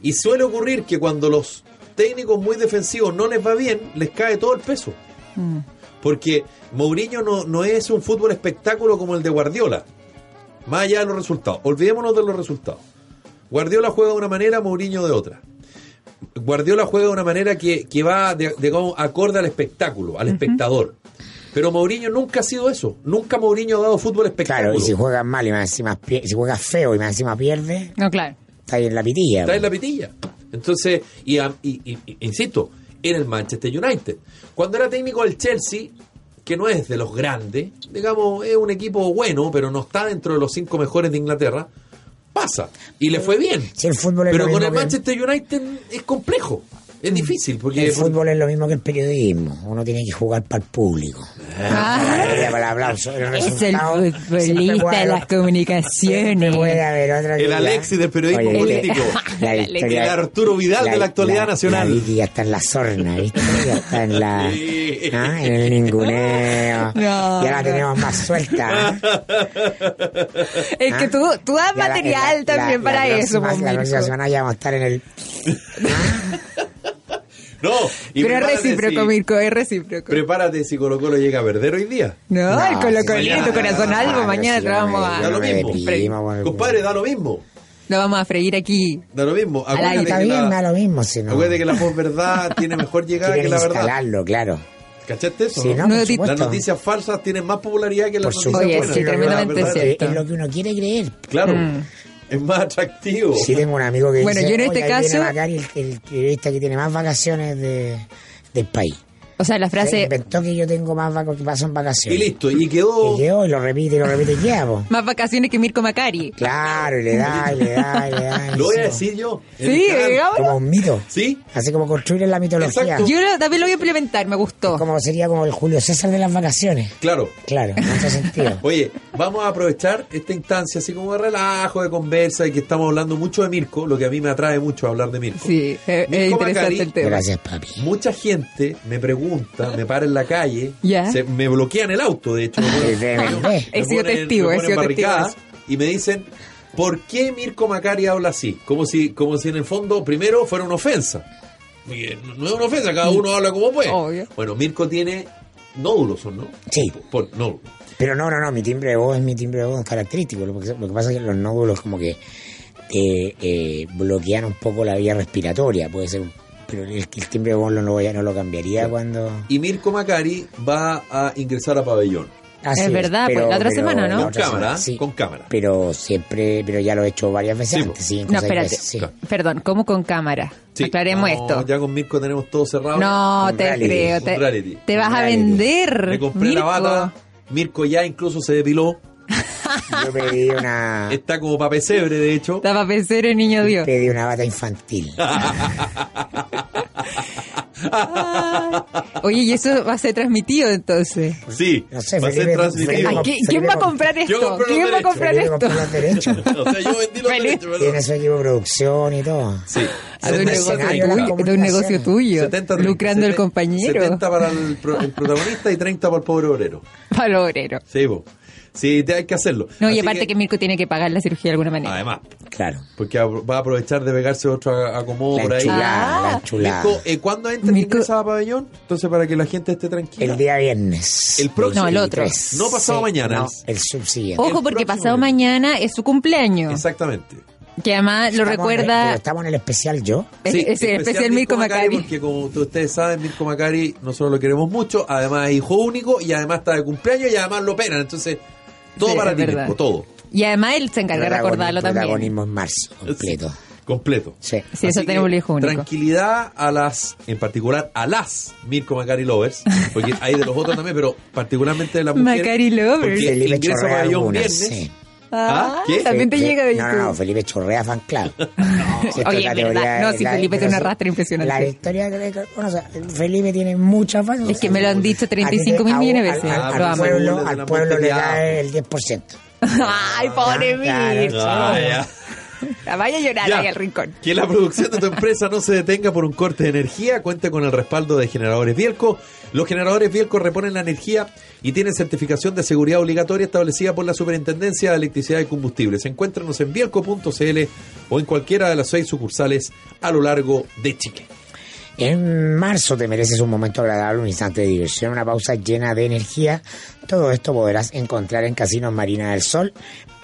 [SPEAKER 1] Y suele ocurrir que cuando los técnicos muy defensivos no les va bien, les cae todo el peso.
[SPEAKER 2] Mm.
[SPEAKER 1] Porque Mourinho no, no es un fútbol espectáculo como el de Guardiola. Más allá de los resultados. Olvidémonos de los resultados. Guardiola juega de una manera, Mourinho de otra. Guardiola juega de una manera que, que va, de- digamos, acorde al espectáculo, al espectador. Pero Mourinho nunca ha sido eso. Nunca Mourinho ha dado fútbol espectáculo.
[SPEAKER 3] Claro, y si juegas mal y más encima, pie- si juegas feo y más encima pierde,
[SPEAKER 2] No, claro.
[SPEAKER 3] está ahí en la pitilla.
[SPEAKER 1] está
[SPEAKER 3] po.
[SPEAKER 1] en la pitilla. Entonces, y, a- y- y- y- insisto, era el Manchester United. Cuando era técnico del Chelsea, que no es de los grandes, digamos, es un equipo bueno, pero no está dentro de los cinco mejores de Inglaterra, pasa. Y le fue bien.
[SPEAKER 3] Si el fútbol es
[SPEAKER 1] Pero
[SPEAKER 3] lo
[SPEAKER 1] con
[SPEAKER 3] mismo
[SPEAKER 1] el
[SPEAKER 3] que-
[SPEAKER 1] Manchester United es complejo. Es difícil, porque
[SPEAKER 3] Mm. El fútbol es lo mismo que el periodismo. Uno tiene que jugar para el público. Para el aplauso. El
[SPEAKER 2] Ah. es el
[SPEAKER 3] resultado siempre
[SPEAKER 2] futbolista
[SPEAKER 3] puede
[SPEAKER 2] de
[SPEAKER 3] haber-
[SPEAKER 2] las comunicaciones.
[SPEAKER 3] siempre puede haber otra
[SPEAKER 1] el
[SPEAKER 3] teoría.
[SPEAKER 1] Alexis del periodismo
[SPEAKER 3] Oye,
[SPEAKER 1] político.
[SPEAKER 3] La
[SPEAKER 2] El
[SPEAKER 3] victoria-
[SPEAKER 1] El Arturo Vidal de la actualidad nacional.
[SPEAKER 3] La Vicky ya está en la sorna, ¿viste? Ya está en la.
[SPEAKER 1] Sí.
[SPEAKER 3] ah, En el ninguneo.
[SPEAKER 2] No,
[SPEAKER 3] ya la
[SPEAKER 2] no.
[SPEAKER 3] tenemos más suelta. ¿eh?
[SPEAKER 2] Es que tú, tú das
[SPEAKER 3] Ya la-
[SPEAKER 2] material
[SPEAKER 3] la-
[SPEAKER 2] también
[SPEAKER 3] la-
[SPEAKER 2] para
[SPEAKER 3] la
[SPEAKER 2] eso,
[SPEAKER 3] próxima-
[SPEAKER 2] po,
[SPEAKER 3] La próxima
[SPEAKER 2] Mirko.
[SPEAKER 3] semana ya vamos a estar en el.
[SPEAKER 1] No, y
[SPEAKER 2] Pero es
[SPEAKER 1] prepárate
[SPEAKER 2] recíproco,
[SPEAKER 1] si-
[SPEAKER 2] Mirko, es recíproco.
[SPEAKER 1] Prepárate si Colo Colo llega a perder hoy día.
[SPEAKER 2] No,
[SPEAKER 3] No,
[SPEAKER 2] el Colo
[SPEAKER 3] sí,
[SPEAKER 2] Colito,
[SPEAKER 1] mañana.
[SPEAKER 2] corazón algo,
[SPEAKER 3] Ah,
[SPEAKER 2] mañana
[SPEAKER 3] sí,
[SPEAKER 2] te vamos
[SPEAKER 3] no me-
[SPEAKER 1] Da
[SPEAKER 2] a,
[SPEAKER 1] lo
[SPEAKER 3] me
[SPEAKER 1] mismo.
[SPEAKER 2] Ah,
[SPEAKER 3] deprimo, bueno.
[SPEAKER 1] Compadre, da lo mismo.
[SPEAKER 2] lo vamos a freír aquí.
[SPEAKER 1] Da lo mismo.
[SPEAKER 2] Al aire.
[SPEAKER 1] Acuérdate
[SPEAKER 3] Está
[SPEAKER 1] que
[SPEAKER 3] bien, da
[SPEAKER 1] la,
[SPEAKER 3] lo mismo. Si no.
[SPEAKER 1] acuérdate que la posverdad tiene mejor llegada que
[SPEAKER 3] Quieren
[SPEAKER 1] la verdad.
[SPEAKER 3] instalarlo, claro.
[SPEAKER 1] ¿Cachaste eso?
[SPEAKER 3] Si no,
[SPEAKER 1] no?
[SPEAKER 2] No,
[SPEAKER 3] por
[SPEAKER 2] tipo-
[SPEAKER 3] supuesto.
[SPEAKER 1] Las noticias falsas tienen más popularidad que las
[SPEAKER 3] Por
[SPEAKER 1] noticias
[SPEAKER 3] supuesto.
[SPEAKER 2] Oye,
[SPEAKER 1] buenas.
[SPEAKER 2] sí,
[SPEAKER 1] La
[SPEAKER 2] tremendamente
[SPEAKER 1] verdad,
[SPEAKER 2] cierto.
[SPEAKER 3] Es lo que uno quiere creer.
[SPEAKER 1] Claro.
[SPEAKER 2] Mm.
[SPEAKER 1] Es más atractivo.
[SPEAKER 3] Sí, tengo un amigo que
[SPEAKER 2] Bueno,
[SPEAKER 3] dice,
[SPEAKER 2] yo en
[SPEAKER 3] "Oye,
[SPEAKER 2] este
[SPEAKER 3] ahí viene
[SPEAKER 2] caso-
[SPEAKER 3] Macari, el, el periodista que tiene más vacaciones de, del país.
[SPEAKER 2] O sea, la
[SPEAKER 3] Se
[SPEAKER 2] frase
[SPEAKER 3] inventó que yo tengo más vacaciones, que paso en
[SPEAKER 1] Y
[SPEAKER 3] vacaciones.
[SPEAKER 1] listo. Y quedó.
[SPEAKER 3] Y que hoy lo repite y lo repite y queda, po.
[SPEAKER 2] más vacaciones que Mirko Macari.
[SPEAKER 3] Claro, y le da, y le da, y le da. y
[SPEAKER 1] Lo voy a
[SPEAKER 3] sí,
[SPEAKER 1] decir yo. en
[SPEAKER 2] Sí,
[SPEAKER 1] el canal.
[SPEAKER 2] digamos.
[SPEAKER 3] Como un mito.
[SPEAKER 1] Sí.
[SPEAKER 3] Así como construir la mitología.
[SPEAKER 1] Exacto.
[SPEAKER 2] Yo lo- también lo voy a implementar, me gustó.
[SPEAKER 3] Como sería como el Julio César de las vacaciones.
[SPEAKER 1] Claro.
[SPEAKER 3] Claro, en ese sentido.
[SPEAKER 1] Oye, vamos a aprovechar esta instancia así como de relajo, de conversa, y que estamos hablando mucho de Mirko, lo que a mí me atrae mucho hablar de Mirko.
[SPEAKER 2] Sí, eh, es, es
[SPEAKER 1] Mirko Macari,
[SPEAKER 2] interesante el tema.
[SPEAKER 3] Gracias, papi.
[SPEAKER 1] Mucha gente me pregunta, me para en la calle,
[SPEAKER 2] Ya.
[SPEAKER 1] se- me bloquean el auto, de hecho. me ponen-
[SPEAKER 3] El DNB.
[SPEAKER 2] He sido testigo, he sido
[SPEAKER 1] me ponen
[SPEAKER 2] testigo de
[SPEAKER 1] barricadas
[SPEAKER 2] eso.
[SPEAKER 1] Y me dicen, ¿por qué Mirko Macari habla así? Como si, como si en el fondo, primero, fuera una ofensa. Y, eh, No es una ofensa, cada uno habla como puede.
[SPEAKER 2] Obvio.
[SPEAKER 1] Bueno, Mirko tiene nódulos, ¿o no?
[SPEAKER 3] Sí.
[SPEAKER 1] Por, nódulos.
[SPEAKER 3] Pero no, no, no, mi timbre de voz es mi timbre de voz característico. Lo que, lo que pasa es que los nódulos como que te eh, bloquean un poco la vía respiratoria, puede ser. un- Pero el, el timbre de voz no lo, ya no lo cambiaría cuando...
[SPEAKER 1] Y Mirko Macari va a ingresar a pabellón.
[SPEAKER 3] Así
[SPEAKER 2] Es verdad, pues, la otra semana, ¿no?
[SPEAKER 3] la
[SPEAKER 1] Con
[SPEAKER 3] otra
[SPEAKER 1] cámara,
[SPEAKER 3] semana, sí.
[SPEAKER 1] con cámara.
[SPEAKER 3] Pero siempre, pero ya lo he hecho varias veces
[SPEAKER 1] Sí,
[SPEAKER 3] antes,
[SPEAKER 1] pues.
[SPEAKER 3] sí. en
[SPEAKER 2] No,
[SPEAKER 3] cosas de
[SPEAKER 2] espérate.
[SPEAKER 3] veces, sí.
[SPEAKER 1] Claro.
[SPEAKER 2] Perdón, ¿cómo con cámara?
[SPEAKER 1] Sí.
[SPEAKER 2] Aclaremos
[SPEAKER 1] No,
[SPEAKER 2] esto.
[SPEAKER 1] Ya con Mirko tenemos todo cerrado.
[SPEAKER 2] No,
[SPEAKER 3] Un
[SPEAKER 2] te
[SPEAKER 3] reality,
[SPEAKER 2] creo.
[SPEAKER 1] un
[SPEAKER 2] Te,
[SPEAKER 1] reality.
[SPEAKER 2] te vas
[SPEAKER 3] Un
[SPEAKER 2] a
[SPEAKER 3] reality.
[SPEAKER 2] vender.
[SPEAKER 1] Me compré la
[SPEAKER 2] Mirko.
[SPEAKER 1] bata. Mirko ya incluso se depiló.
[SPEAKER 3] Yo pedí una,
[SPEAKER 1] Está como pa' pesebre, de hecho.
[SPEAKER 2] Estaba a pensar en niño Dios.
[SPEAKER 3] pedí una bata infantil.
[SPEAKER 1] Ah,
[SPEAKER 2] Oye, y eso va a ser transmitido entonces.
[SPEAKER 1] Sí,
[SPEAKER 3] No sé,
[SPEAKER 1] va a ser
[SPEAKER 3] Felipe-
[SPEAKER 1] transmitido.
[SPEAKER 3] Felipe-
[SPEAKER 2] Ay,
[SPEAKER 3] Yo-
[SPEAKER 2] ¿qui-
[SPEAKER 3] Felipe
[SPEAKER 2] ¿Quién va a
[SPEAKER 3] comp-
[SPEAKER 2] comprar
[SPEAKER 1] Yo
[SPEAKER 2] esto?
[SPEAKER 1] compré los
[SPEAKER 2] ¿Quién va a
[SPEAKER 1] derechos.
[SPEAKER 2] comprar
[SPEAKER 3] Felipe
[SPEAKER 2] esto?
[SPEAKER 3] compró los derechos.
[SPEAKER 1] o sea, yo vendí los
[SPEAKER 2] Felipe-
[SPEAKER 1] derechos, perdón.
[SPEAKER 3] Tiene su equipo de producción y todo.
[SPEAKER 1] Sí.
[SPEAKER 2] Ah, De un
[SPEAKER 3] un
[SPEAKER 2] negocio
[SPEAKER 3] escenario de las
[SPEAKER 2] tuyo, de un negocio
[SPEAKER 3] comunicaciones.
[SPEAKER 2] tuyo,
[SPEAKER 1] 70,
[SPEAKER 2] lucrando el
[SPEAKER 1] 70,
[SPEAKER 2] compañero,
[SPEAKER 1] 70 para el, pro- el protagonista y 30 para el pobre obrero.
[SPEAKER 2] para el obrero.
[SPEAKER 1] Sí, vos. Sí, te- hay que Ah, hacerlo.
[SPEAKER 2] No, y
[SPEAKER 1] Así
[SPEAKER 2] aparte que... Mirko tiene que pagar la cirugía de alguna manera.
[SPEAKER 1] Además,
[SPEAKER 3] Claro.
[SPEAKER 1] porque a- va a aprovechar de pegarse otro a- acomodo
[SPEAKER 3] La
[SPEAKER 1] por ahí.
[SPEAKER 3] enchulada, la enchulada.
[SPEAKER 1] Mirko, eh, ¿cuándo entra
[SPEAKER 2] Ah. Mirko-
[SPEAKER 1] Mirko... a pabellón? Entonces, para que la gente esté tranquila.
[SPEAKER 3] El día viernes.
[SPEAKER 1] El próximo.
[SPEAKER 2] No, el otro.
[SPEAKER 1] No pasado
[SPEAKER 3] Sí,
[SPEAKER 1] mañana.
[SPEAKER 3] no, el subsiguiente.
[SPEAKER 2] Ojo,
[SPEAKER 1] el
[SPEAKER 2] porque
[SPEAKER 1] próximo
[SPEAKER 2] pasado
[SPEAKER 1] lunes.
[SPEAKER 2] mañana es su cumpleaños.
[SPEAKER 1] Exactamente.
[SPEAKER 2] que además lo
[SPEAKER 3] Estamos en-
[SPEAKER 2] recuerda.
[SPEAKER 3] pero estamos en el especial yo.
[SPEAKER 2] Es- es el especial Mirko Macari.
[SPEAKER 1] Porque como ustedes- ustedes saben, Mirko Macari nosotros lo queremos mucho, además es hijo único y además está de cumpleaños y además lo penan. Entonces, todo
[SPEAKER 2] Sí,
[SPEAKER 1] para
[SPEAKER 2] es
[SPEAKER 1] ti,
[SPEAKER 2] verdad.
[SPEAKER 1] Mirko, todo.
[SPEAKER 2] Y además él se encarga de
[SPEAKER 3] Protagonismo-
[SPEAKER 2] recordarlo también.
[SPEAKER 3] Protagonismo en marzo, completo.
[SPEAKER 1] Sí, completo.
[SPEAKER 3] Sí.
[SPEAKER 2] Sí, eso
[SPEAKER 1] Así que,
[SPEAKER 2] tenemos el hijo único.
[SPEAKER 1] Tranquilidad a las, en particular a las Mirko Macari Lovers, porque hay de los otros también, pero particularmente de las mujeres.
[SPEAKER 2] Macari lovers.
[SPEAKER 1] porque
[SPEAKER 3] Felipe
[SPEAKER 1] ingresa
[SPEAKER 3] Chorrea
[SPEAKER 1] Pabellón
[SPEAKER 3] algunas,
[SPEAKER 1] viernes.
[SPEAKER 3] sí.
[SPEAKER 1] Ah, ¿qué?
[SPEAKER 2] También te
[SPEAKER 3] Fe-
[SPEAKER 2] llega
[SPEAKER 3] Fe-
[SPEAKER 2] de
[SPEAKER 3] No, no, no, Felipe Chorrea fan club. Si esto
[SPEAKER 2] Oye,
[SPEAKER 3] es la
[SPEAKER 2] es verdad.
[SPEAKER 3] teoría-
[SPEAKER 2] No, sí,
[SPEAKER 3] la-
[SPEAKER 2] Felipe tiene
[SPEAKER 3] pero
[SPEAKER 2] una
[SPEAKER 3] sí,
[SPEAKER 2] rastra impresionante.
[SPEAKER 3] La victoria que le bueno, o sea, Felipe tiene muchas fans.
[SPEAKER 2] Es que me lo han dicho 35 mil
[SPEAKER 3] a-
[SPEAKER 2] millones de
[SPEAKER 3] al-
[SPEAKER 2] veces.
[SPEAKER 3] al-
[SPEAKER 1] Ah,
[SPEAKER 3] Al,
[SPEAKER 1] pero
[SPEAKER 2] lo amo.
[SPEAKER 1] bueno. Burla
[SPEAKER 3] pueblo,
[SPEAKER 1] de
[SPEAKER 3] al
[SPEAKER 1] la
[SPEAKER 3] pueblo le
[SPEAKER 1] muerte que
[SPEAKER 3] da
[SPEAKER 1] amo.
[SPEAKER 3] el 10%.
[SPEAKER 2] Ay, pobre
[SPEAKER 3] Ah,
[SPEAKER 2] mí.
[SPEAKER 1] Ah, ya.
[SPEAKER 2] Vaya a llorar
[SPEAKER 1] Ya.
[SPEAKER 2] ahí al rincón.
[SPEAKER 1] Que la producción de tu empresa no se detenga por un corte de energía, cuente con el respaldo de Generadores Bielco. Los generadores Bielco reponen la energía y tienen certificación de seguridad obligatoria establecida por la Superintendencia de Electricidad y Combustibles. Encuéntranos en bielco.cl o en cualquiera de las seis sucursales a lo largo de Chile.
[SPEAKER 3] En marzo te mereces un momento agradable, un instante de diversión, una pausa llena de energía. Todo esto podrás encontrar en Casinos Marina del Sol.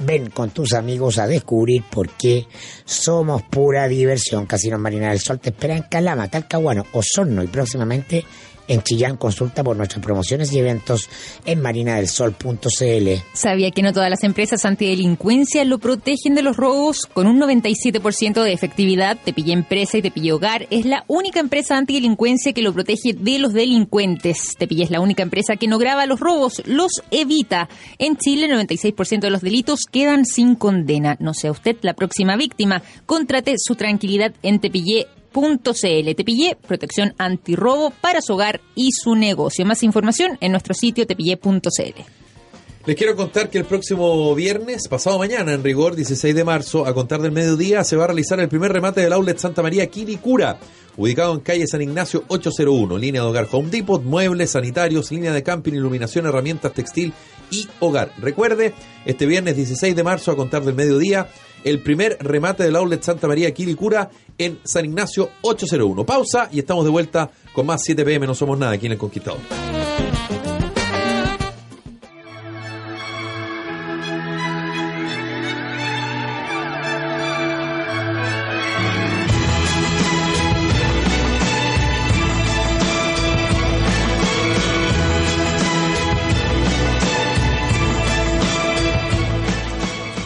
[SPEAKER 3] Ven con tus amigos a descubrir por qué somos pura diversión. Casinos Marina del Sol te espera en Calama, Talcahuano, Osorno y próximamente en Chillán. Consulta por nuestras promociones y eventos en marinadelsol.cl.
[SPEAKER 2] Sabía que no todas las empresas antidelincuencia lo protegen de los robos. Con un 97% de efectividad, Te pillé Empresa y Te pillé Hogar es la única empresa antidelincuencia que lo protege de los delincuentes. Te pillé es la única empresa que no graba los robos, los evita. En Chile, el 96% de los delitos quedan sin condena. No sea usted la próxima víctima. Contrate su tranquilidad en tepillé.cl. Tepillé, protección antirrobo para su hogar y su negocio. Más información en nuestro sitio tepillé.cl.
[SPEAKER 1] Les quiero contar que el próximo viernes, pasado mañana en rigor, 16 de marzo, a contar del mediodía, se va a realizar el primer remate del outlet Santa María Quilicura, ubicado en calle San Ignacio 801, línea de hogar Home Depot, muebles, sanitarios, línea de camping, iluminación, herramientas textil y hogar. Recuerde, este viernes 16 de marzo, a contar del mediodía, el primer remate del outlet Santa María Quilicura en San Ignacio 801. Pausa y estamos de vuelta con más 7 pm, no somos nada aquí en El Conquistador.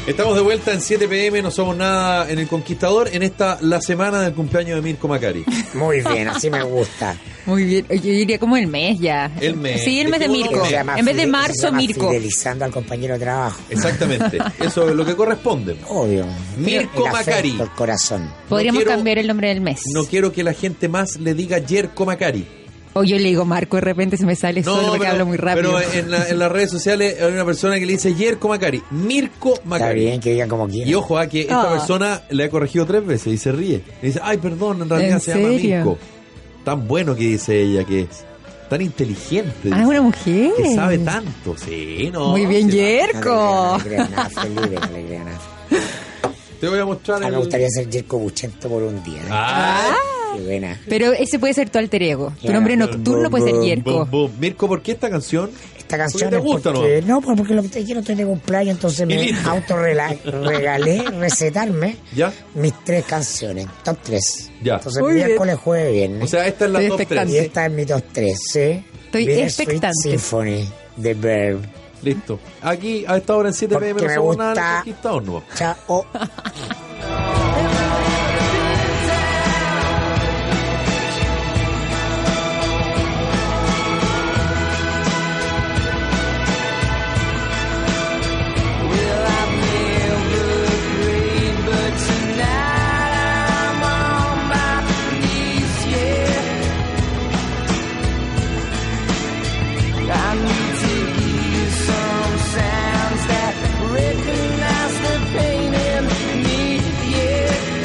[SPEAKER 1] Estamos de vuelta en 7 pm, no somos nada en El Conquistador, en esta la semana del cumpleaños de Mirko Macari.
[SPEAKER 3] Muy bien, así me gusta.
[SPEAKER 2] Muy bien, yo diría como el mes ya.
[SPEAKER 1] El mes.
[SPEAKER 2] Sí, el mes de
[SPEAKER 1] Dijimos
[SPEAKER 2] Mirko.
[SPEAKER 1] el
[SPEAKER 3] Se llama
[SPEAKER 2] En vez de
[SPEAKER 3] fide- se
[SPEAKER 2] marzo,
[SPEAKER 3] llama
[SPEAKER 2] Mirko.
[SPEAKER 3] Fidelizando al compañero de trabajo.
[SPEAKER 1] Exactamente, eso es lo que corresponde.
[SPEAKER 3] Obvio.
[SPEAKER 1] Mirko
[SPEAKER 3] El afecto,
[SPEAKER 1] Macari.
[SPEAKER 3] El corazón.
[SPEAKER 2] Podríamos
[SPEAKER 1] quiero-
[SPEAKER 2] cambiar el nombre del mes.
[SPEAKER 1] No quiero que la gente más le diga Yerko Macari.
[SPEAKER 2] O yo le digo Marco, de repente se me sale solo porque hablo muy rápido.
[SPEAKER 1] pero en, la- en las redes sociales hay una persona que le dice Yerko Macari, Mirko
[SPEAKER 3] Está
[SPEAKER 1] Macari.
[SPEAKER 3] bien que digan como quieran.
[SPEAKER 1] Y ojo a que esta
[SPEAKER 2] Ah.
[SPEAKER 1] persona le ha corregido tres veces y se ríe. Le dice, ay, perdón, en realidad
[SPEAKER 2] ¿En
[SPEAKER 1] se llama
[SPEAKER 2] serio?
[SPEAKER 1] Mirko. Tan bueno que dice ella que es. Tan inteligente.
[SPEAKER 2] ah,
[SPEAKER 1] dice.
[SPEAKER 2] es una mujer.
[SPEAKER 1] que sabe tanto. Sí, no.
[SPEAKER 2] Muy bien,
[SPEAKER 1] sí,
[SPEAKER 2] Yerko.
[SPEAKER 3] No le crean nada, Felipe, no le crean nada.
[SPEAKER 1] no. Te voy a mostrar
[SPEAKER 3] Ah,
[SPEAKER 1] el...
[SPEAKER 3] me gustaría ser Jerko Buchento por un día. ¿eh?
[SPEAKER 1] Ah,
[SPEAKER 3] Qué buena.
[SPEAKER 2] Pero ese puede ser tu alter ego. Tu
[SPEAKER 3] Claro.
[SPEAKER 2] nombre nocturno puede ser
[SPEAKER 3] Bum,
[SPEAKER 1] bum,
[SPEAKER 2] Yerko.
[SPEAKER 1] bum. Mirko, ¿por qué esta canción?
[SPEAKER 3] Esta canción
[SPEAKER 1] Porque te gusta,
[SPEAKER 3] es porque, ¿no? pues porque lo que te quiero tener un cumpleaños, entonces me
[SPEAKER 1] listo.
[SPEAKER 3] autorregalé, recetarme
[SPEAKER 1] ¿Ya?
[SPEAKER 3] mis tres canciones, top tres.
[SPEAKER 1] Ya.
[SPEAKER 3] Entonces
[SPEAKER 2] Muy bien.
[SPEAKER 3] miércoles, jueves, viernes.
[SPEAKER 1] O sea, esta es la
[SPEAKER 2] Estoy
[SPEAKER 1] top tres.
[SPEAKER 3] y esta es mi top tres, ¿sí?
[SPEAKER 2] Estoy
[SPEAKER 3] Bittersweet
[SPEAKER 2] expectante.
[SPEAKER 3] Symphony, The Verb.
[SPEAKER 1] Listo. Aquí, a esta hora en 7 pm,
[SPEAKER 3] Porque
[SPEAKER 1] no
[SPEAKER 3] me
[SPEAKER 1] somos nada
[SPEAKER 3] gusta-
[SPEAKER 1] del conquistador, ¿no?
[SPEAKER 3] Chao.
[SPEAKER 4] Recognize the pain in me.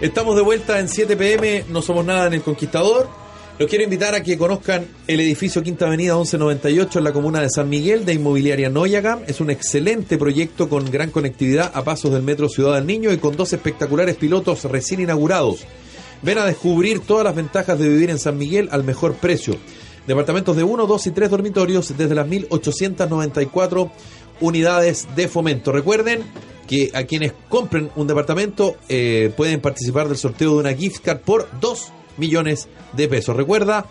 [SPEAKER 1] Estamos de vuelta en 7 pm, no somos nada en El Conquistador. Los quiero invitar a que conozcan el edificio Quinta Avenida 1198 en la comuna de San Miguel de Inmobiliaria Noyagam. Es un excelente proyecto con gran conectividad a pasos del Metro Ciudad del Niño y con dos espectaculares pilotos recién inaugurados. Ven a descubrir todas las ventajas de vivir en San Miguel al mejor precio. Departamentos de 1, 2 y 3 dormitorios desde las 1894 unidades de fomento. Recuerden que a quienes compren un departamento eh, pueden participar del sorteo de una gift card por 2 millones de pesos. Recuerda,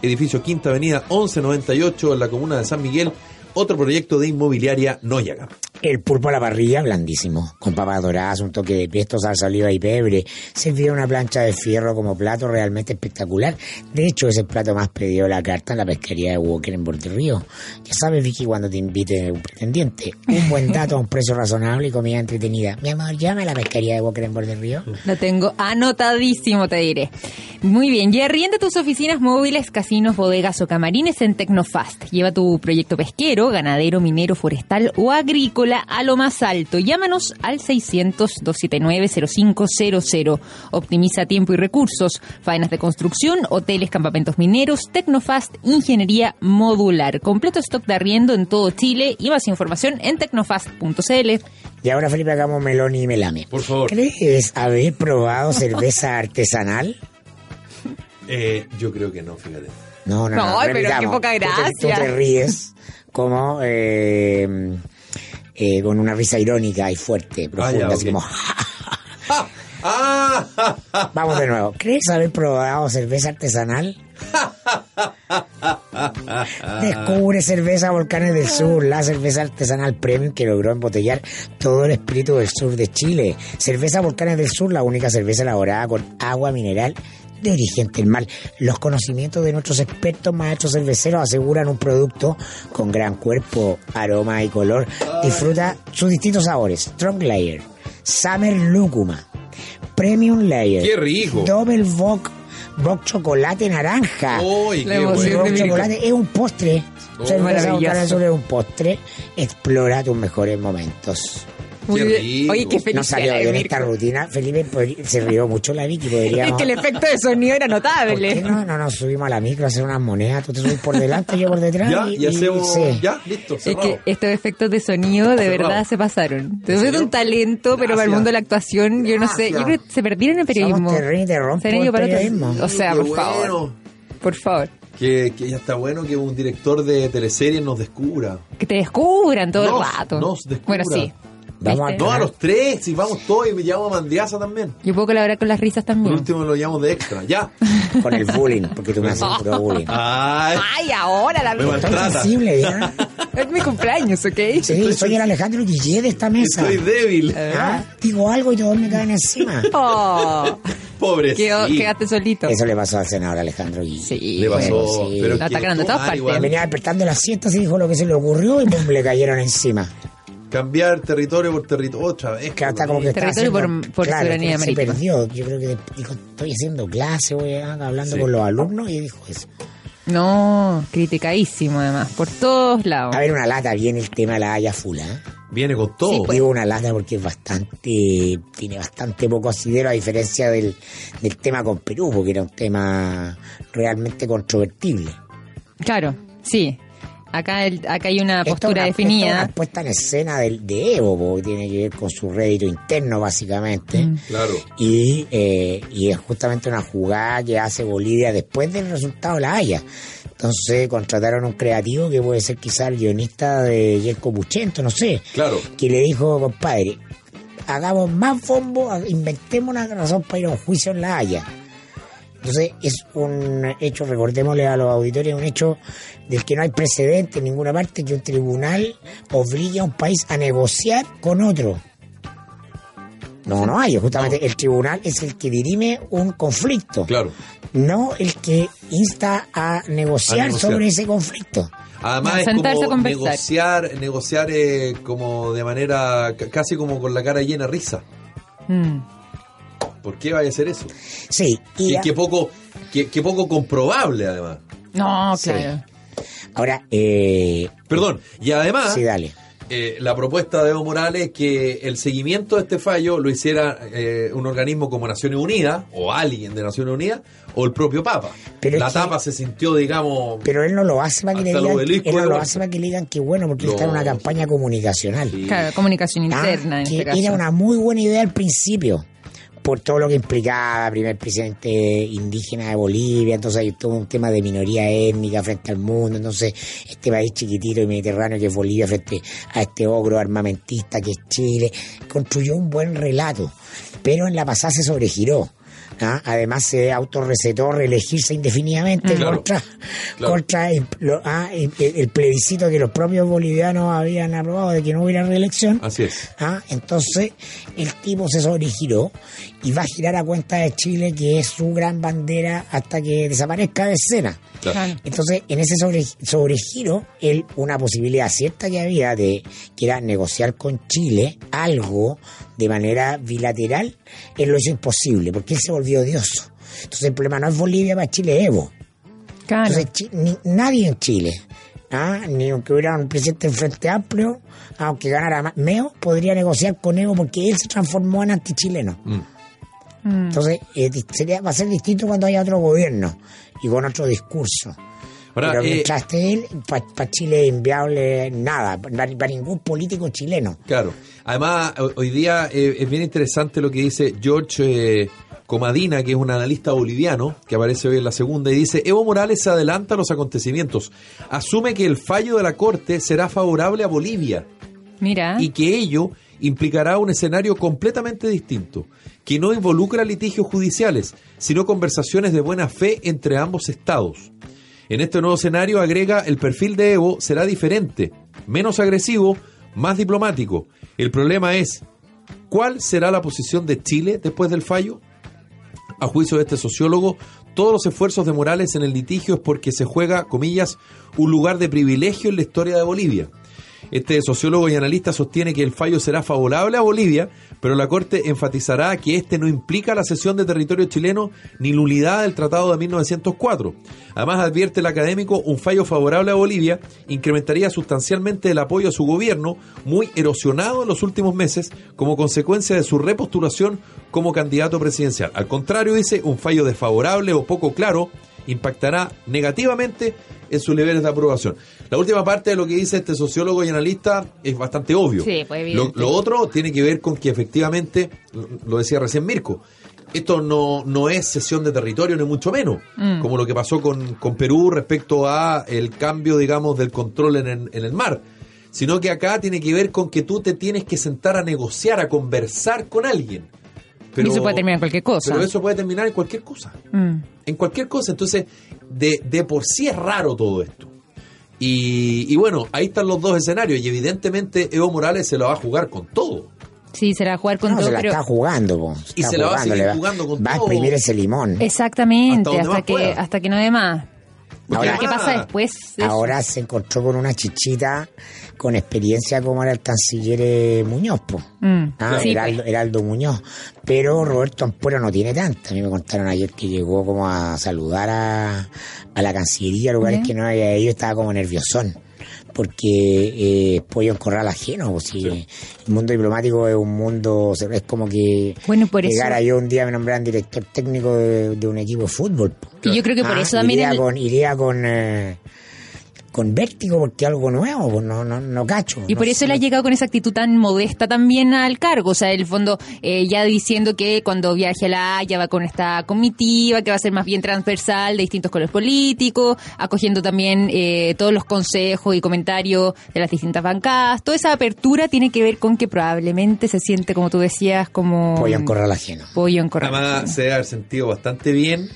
[SPEAKER 1] edificio Quinta Avenida 1198 en la comuna de San Miguel, otro proyecto de inmobiliaria Noyaga.
[SPEAKER 3] El pulpo a la parrilla, blandísimo, con papas doradas, un toque de pesto, salsa oliva y pebre. Servía una plancha de fierro como plato realmente espectacular. De hecho, es el plato más pedido de la carta en la pesquería de Walker en Borderrío. Ya sabes, Vicky, cuando te invite un pretendiente. Un buen dato a un precio razonable y comida entretenida. Mi amor, llama a la pesquería de Walker en Borderrío.
[SPEAKER 2] Lo tengo anotadísimo, te diré. Muy bien, y arrienda tus oficinas móviles, casinos, bodegas o camarines en Tecnofast. Lleva tu proyecto pesquero, ganadero, minero, forestal o agrícola a lo más alto. Llámanos al 600-279-0500. Optimiza tiempo y recursos. Faenas de construcción, hoteles, campamentos mineros, Tecnofast, ingeniería modular. Completo stock de arriendo en todo Chile y más información en tecnofast.cl.
[SPEAKER 3] Y ahora, Felipe, hagamos melón y melame.
[SPEAKER 1] Por favor.
[SPEAKER 3] ¿Crees haber probado cerveza artesanal?
[SPEAKER 1] Eh, yo creo que no, fíjate.
[SPEAKER 3] No, no, no.
[SPEAKER 2] No, pero qué
[SPEAKER 3] repitamos.
[SPEAKER 2] poca
[SPEAKER 3] Tú te- Tú te,
[SPEAKER 2] gracia.
[SPEAKER 3] ríes como eh, eh, con una risa irónica y fuerte, profunda,
[SPEAKER 1] ya,
[SPEAKER 3] así
[SPEAKER 1] ok.
[SPEAKER 3] como...
[SPEAKER 1] ¡Ah! ¡Ah! ¡Ja, ja!
[SPEAKER 3] Vamos de nuevo. ¿Crees haber probado cerveza artesanal?
[SPEAKER 1] Ah.
[SPEAKER 3] Descubre cerveza Volcanes del Sur, la cerveza artesanal premium que logró embotellar todo el espíritu del sur de Chile. Cerveza Volcanes del Sur, la única cerveza elaborada con agua mineral de origen termal. Los conocimientos de nuestros expertos maestros cerveceros aseguran un producto con gran cuerpo, aroma y color. Disfruta sus distintos sabores. Strong Layer, Summer Lúcuma, Premium Layer.
[SPEAKER 1] ¡Qué rico!
[SPEAKER 3] Double Bock, Bock chocolate naranja.
[SPEAKER 1] ¡Uy,
[SPEAKER 2] La
[SPEAKER 1] qué
[SPEAKER 2] emoción
[SPEAKER 1] bueno!
[SPEAKER 3] Bock
[SPEAKER 2] de mi-
[SPEAKER 3] chocolate es un postre.
[SPEAKER 1] Oh,
[SPEAKER 3] Cerveza
[SPEAKER 2] maravilloso.
[SPEAKER 3] Volcán Azul es un postre. Explora tus mejores momentos.
[SPEAKER 2] Muy
[SPEAKER 1] Qué
[SPEAKER 2] bien.
[SPEAKER 1] rico.
[SPEAKER 2] Oye, qué feliz
[SPEAKER 3] No salió
[SPEAKER 2] era,
[SPEAKER 3] bien
[SPEAKER 2] Mirko.
[SPEAKER 3] esta rutina. Felipe podri- se rió mucho la Vicky. Podríamos...
[SPEAKER 2] Es que el efecto de sonido era
[SPEAKER 3] ¿Por qué
[SPEAKER 2] notable.
[SPEAKER 3] no, no nos subimos a la micro a hacer unas monedas? Tú te subes por delante, yo por detrás.
[SPEAKER 1] Ya,
[SPEAKER 3] y,
[SPEAKER 1] ya
[SPEAKER 3] y-
[SPEAKER 1] hacemos.
[SPEAKER 3] sí.
[SPEAKER 1] Ya, listo,
[SPEAKER 2] Es
[SPEAKER 1] cerrado.
[SPEAKER 2] que estos efectos de sonido de
[SPEAKER 1] Cerrado.
[SPEAKER 2] verdad se pasaron. Te
[SPEAKER 1] serio?
[SPEAKER 2] un talento, pero para el
[SPEAKER 1] Gracias.
[SPEAKER 2] mundo de la actuación, yo no sé, yo creo que se perdieron en periodismo.
[SPEAKER 3] Somos terreno y te rompo
[SPEAKER 2] Se han ido
[SPEAKER 3] el
[SPEAKER 2] para otro-
[SPEAKER 3] periodismo.
[SPEAKER 2] O sea,
[SPEAKER 1] Qué
[SPEAKER 2] por
[SPEAKER 1] bueno.
[SPEAKER 2] favor. Por favor.
[SPEAKER 1] Que, que ya está bueno que un director de teleseries nos descubra.
[SPEAKER 2] Que te descubran todo
[SPEAKER 1] Nos-
[SPEAKER 2] el rato.
[SPEAKER 1] nos descubra.
[SPEAKER 2] Bueno, sí.
[SPEAKER 3] Vamos a-
[SPEAKER 2] ¿Viste?
[SPEAKER 1] No, a los tres, si vamos todos y me llamo a Mandiaza también.
[SPEAKER 2] Yo puedo colaborar con las risas
[SPEAKER 1] Por
[SPEAKER 2] también.
[SPEAKER 1] último lo llamo de extra. Ya.
[SPEAKER 3] Con el bullying, porque tú me haces un puro bullying.
[SPEAKER 1] Ay,
[SPEAKER 2] Ay, ahora la
[SPEAKER 1] Me
[SPEAKER 2] risa.
[SPEAKER 3] Tan
[SPEAKER 1] Trata.
[SPEAKER 3] sensible, ¿vieron?
[SPEAKER 2] Es mi cumpleaños, ¿ok?
[SPEAKER 3] Sí, soy el Alejandro Guillé de esta mesa.
[SPEAKER 1] estoy débil.
[SPEAKER 2] Eh,
[SPEAKER 3] Ah, digo algo y todos me caen encima.
[SPEAKER 2] Oh, quedó-
[SPEAKER 1] Pobrecito.
[SPEAKER 2] quedaste solito.
[SPEAKER 3] Eso le pasó al senador Alejandro Guille.
[SPEAKER 2] Sí,
[SPEAKER 1] Le
[SPEAKER 2] bueno.
[SPEAKER 1] pasó.
[SPEAKER 3] sí.
[SPEAKER 1] Pero
[SPEAKER 3] Lo
[SPEAKER 1] que
[SPEAKER 2] atacaron de
[SPEAKER 1] tú,
[SPEAKER 2] todas
[SPEAKER 1] ah,
[SPEAKER 2] partes.
[SPEAKER 1] igual,
[SPEAKER 3] Venía despertando las siestas y dijo lo que se le ocurrió y pum, le cayeron encima.
[SPEAKER 1] Cambiar territorio por territorio. Otra vez.
[SPEAKER 3] Que hasta como que está
[SPEAKER 2] Territorio por-
[SPEAKER 3] haciendo-
[SPEAKER 2] por
[SPEAKER 3] claro,
[SPEAKER 2] soberanía
[SPEAKER 3] se
[SPEAKER 2] marítima.
[SPEAKER 3] perdió. Yo creo que dijo, estoy haciendo clase, voy a- hablando
[SPEAKER 1] Sí.
[SPEAKER 3] con los alumnos y dijo eso.
[SPEAKER 2] No, criticadísimo además, por todos lados.
[SPEAKER 3] A ver, una lata, viene el tema de la haya fula. ¿eh?
[SPEAKER 1] Viene con todo.
[SPEAKER 2] pues.
[SPEAKER 3] Digo una lata porque es bastante, tiene bastante poco asidero a diferencia del, del tema con Perú, porque era un tema realmente controvertible.
[SPEAKER 2] Claro, sí. Acá, el- acá hay una
[SPEAKER 3] Esto es
[SPEAKER 2] postura
[SPEAKER 3] una- esto es
[SPEAKER 2] definida.
[SPEAKER 3] una puesta en escena del, de Evo, porque tiene que ver con su rédito interno, básicamente.
[SPEAKER 2] Mm.
[SPEAKER 1] Claro.
[SPEAKER 3] Y, eh, y es justamente una jugada que hace Bolivia después del resultado de la Haya. Entonces contrataron un creativo que puede ser quizá el guionista de Yerko Buchento, no sé,
[SPEAKER 1] Claro.
[SPEAKER 3] que le dijo, compadre, hagamos más bombo, inventemos una razón para ir a un juicio en la Haya. Entonces es un hecho, recordémosle a los auditores, un hecho del que no hay precedente en ninguna parte que un tribunal obligue a un país a negociar con otro. No, no hay. Justamente el tribunal es el que dirime un conflicto,
[SPEAKER 1] Claro.
[SPEAKER 3] no el que insta a negociar,
[SPEAKER 1] A negociar.
[SPEAKER 3] sobre ese conflicto.
[SPEAKER 1] Además es
[SPEAKER 2] Sentarse a
[SPEAKER 1] como
[SPEAKER 2] conversar.
[SPEAKER 1] negociar, negociar eh, como de manera ca- casi como con la cara llena de risa.
[SPEAKER 2] Mm.
[SPEAKER 1] ¿Por qué vaya a ser eso?
[SPEAKER 3] Sí, y,
[SPEAKER 1] Y que poco, que, que poco comprobable además.
[SPEAKER 2] No,
[SPEAKER 3] Sí.
[SPEAKER 2] claro.
[SPEAKER 3] ahora, eh,
[SPEAKER 1] Perdón. Y además,
[SPEAKER 3] sí, dale.
[SPEAKER 1] eh, la propuesta de Evo Morales es que el seguimiento de este fallo lo hiciera eh, un organismo como Naciones Unidas, o alguien de Naciones Unidas, o el propio Papa.
[SPEAKER 3] Pero
[SPEAKER 1] la
[SPEAKER 3] es que-
[SPEAKER 1] tapa se sintió, digamos...
[SPEAKER 3] Pero él no lo hace para que le
[SPEAKER 1] Hasta el
[SPEAKER 3] digan, él
[SPEAKER 1] obelisco
[SPEAKER 3] no
[SPEAKER 1] de
[SPEAKER 3] lo
[SPEAKER 1] Barça.
[SPEAKER 3] hace para que le digan que bueno, porque él
[SPEAKER 1] No.
[SPEAKER 3] está en una campaña comunicacional.
[SPEAKER 2] Claro, comunicación
[SPEAKER 3] Ah,
[SPEAKER 2] interna en
[SPEAKER 3] que
[SPEAKER 2] este caso.
[SPEAKER 3] Era una muy buena idea al principio, por todo lo que implicaba, primer presidente indígena de Bolivia, entonces hay todo un tema de minoría étnica frente al mundo, entonces este país chiquitito y mediterráneo que es Bolivia frente a este ogro armamentista que es Chile, construyó un buen relato, pero en la pasada se sobregiró. ¿ah? Además se autorrecetó reelegirse indefinidamente
[SPEAKER 1] Mm.
[SPEAKER 3] contra,
[SPEAKER 1] Claro.
[SPEAKER 3] contra el, lo- ah, el- el- el plebiscito que los propios bolivianos habían aprobado de que no hubiera reelección.
[SPEAKER 1] Así es.
[SPEAKER 3] ¿ah? Entonces, el tipo se sobregiró y va a girar a cuenta de Chile, que es su gran bandera, hasta que desaparezca de escena.
[SPEAKER 1] Claro.
[SPEAKER 3] Entonces, en ese sobre- sobregiro, él, una posibilidad cierta que había de que era negociar con Chile algo de manera bilateral, él lo hizo imposible, porque él se volvió odioso. Entonces, el problema no es Bolivia, para Chile es Evo.
[SPEAKER 2] Claro.
[SPEAKER 3] Entonces, Chi- ni- nadie en Chile, ¿ah? ni aunque hubiera un presidente del Frente Amplio, aunque ganara más, Meo, podría negociar con Evo porque él se transformó en antichileno.
[SPEAKER 1] Mm.
[SPEAKER 2] Mm.
[SPEAKER 3] Entonces, eh, di- sería, va a ser distinto cuando haya otro gobierno y con otro discurso.
[SPEAKER 1] Ahora,
[SPEAKER 3] Pero
[SPEAKER 1] eh,
[SPEAKER 3] mientras esté él, para Chile es inviable nada, para ningún político chileno.
[SPEAKER 1] Claro. Además, ho- hoy día eh, es bien interesante lo que dice George eh, Comadina, que es un analista boliviano, que aparece hoy en la segunda, y dice, Evo Morales se adelanta a los acontecimientos, asume que el fallo de la Corte será favorable a Bolivia
[SPEAKER 2] Mira.
[SPEAKER 1] y que ello implicará un escenario completamente distinto, que no involucra litigios judiciales, sino conversaciones de buena fe entre ambos estados. En este nuevo escenario, agrega, el perfil de Evo será diferente, menos agresivo, más diplomático. El problema es, ¿cuál será la posición de Chile después del fallo? A juicio de este sociólogo, todos los esfuerzos de Morales en el litigio es porque se juega, comillas, un lugar de privilegio en la historia de Bolivia. Este sociólogo y analista sostiene que el fallo será favorable a Bolivia, pero la Corte enfatizará que este no implica la cesión de territorio chileno ni nulidad del Tratado de 1904. Además, advierte el académico, un fallo favorable a Bolivia incrementaría sustancialmente el apoyo a su gobierno, muy erosionado en los últimos meses como consecuencia de su repostulación como candidato presidencial. Al contrario, dice, un fallo desfavorable o poco claro impactará negativamente en sus niveles de aprobación. La última parte de lo que dice este sociólogo y analista es bastante obvio.
[SPEAKER 2] Sí, pues,
[SPEAKER 1] lo,
[SPEAKER 2] evidente.
[SPEAKER 1] lo otro tiene que ver con que efectivamente, lo- lo decía recién Mirko, esto no, no es cesión de territorio, ni mucho menos,
[SPEAKER 2] Mm.
[SPEAKER 1] como lo que pasó con, con Perú respecto a el cambio, digamos, del control en el, en el mar, sino que acá tiene que ver con que tú te tienes que sentar a negociar, a conversar con alguien.
[SPEAKER 2] y eso puede terminar en cualquier cosa.
[SPEAKER 1] Pero eso puede terminar en cualquier cosa
[SPEAKER 2] Mm.
[SPEAKER 1] en cualquier cosa. Entonces, de, de por sí es raro todo esto. Y, y bueno, ahí están los dos escenarios. Y evidentemente Evo Morales se lo va a jugar con todo.
[SPEAKER 2] Sí, será jugar con
[SPEAKER 3] no,
[SPEAKER 2] todo,
[SPEAKER 3] se la
[SPEAKER 2] pero-
[SPEAKER 3] está jugando, po,
[SPEAKER 1] Y
[SPEAKER 3] está
[SPEAKER 1] se la va a
[SPEAKER 3] jugando,
[SPEAKER 1] seguir
[SPEAKER 3] le
[SPEAKER 1] jugando con
[SPEAKER 3] Va a
[SPEAKER 1] todo.
[SPEAKER 3] exprimir ese limón.
[SPEAKER 2] Exactamente,
[SPEAKER 1] Hasta donde
[SPEAKER 2] hasta,
[SPEAKER 1] más
[SPEAKER 2] que
[SPEAKER 1] pueda. Ah.
[SPEAKER 2] hasta que no dé más.
[SPEAKER 1] Porque
[SPEAKER 2] Ahora,
[SPEAKER 3] Ahora-
[SPEAKER 2] ¿qué
[SPEAKER 1] además-
[SPEAKER 2] pasa después? Es-
[SPEAKER 3] Ahora se encontró con una chichita con experiencia como era el canciller eh, Muñoz, po.
[SPEAKER 2] Mm.
[SPEAKER 3] Ah,
[SPEAKER 2] Sí,
[SPEAKER 3] Heraldo, Heraldo Muñoz. Pero Roberto Ampuero no tiene tanta. A mí me contaron ayer que llegó como a saludar a, a la Cancillería, lugares
[SPEAKER 2] Ya.
[SPEAKER 3] que no había ido, estaba como nerviosón. Porque eh, pollo en corral ajeno, pues, si el mundo diplomático es un mundo, es como que
[SPEAKER 2] Bueno, por eso-
[SPEAKER 3] llegara yo un día me nombraran director técnico de, de un equipo de fútbol. po.
[SPEAKER 2] Y yo creo que por
[SPEAKER 3] Ah,
[SPEAKER 2] eso también
[SPEAKER 3] iría
[SPEAKER 2] el-
[SPEAKER 3] con iría con eh, con vértigo porque algo nuevo pues, no no no cacho
[SPEAKER 2] Y
[SPEAKER 3] no
[SPEAKER 2] por eso
[SPEAKER 3] sé.
[SPEAKER 2] él ha llegado con esa actitud tan modesta también al cargo. O sea, en el fondo eh, ya diciendo que cuando viaje a La Haya va con esta comitiva, que va a ser más bien transversal de distintos colores políticos, acogiendo también eh, todos los consejos y comentarios de las distintas bancadas. Toda esa apertura tiene que ver con que probablemente se siente, como tú decías, como...
[SPEAKER 3] pollo en corral ajeno
[SPEAKER 2] Pollo en corral.
[SPEAKER 1] Además, se debe haber sentido bastante bien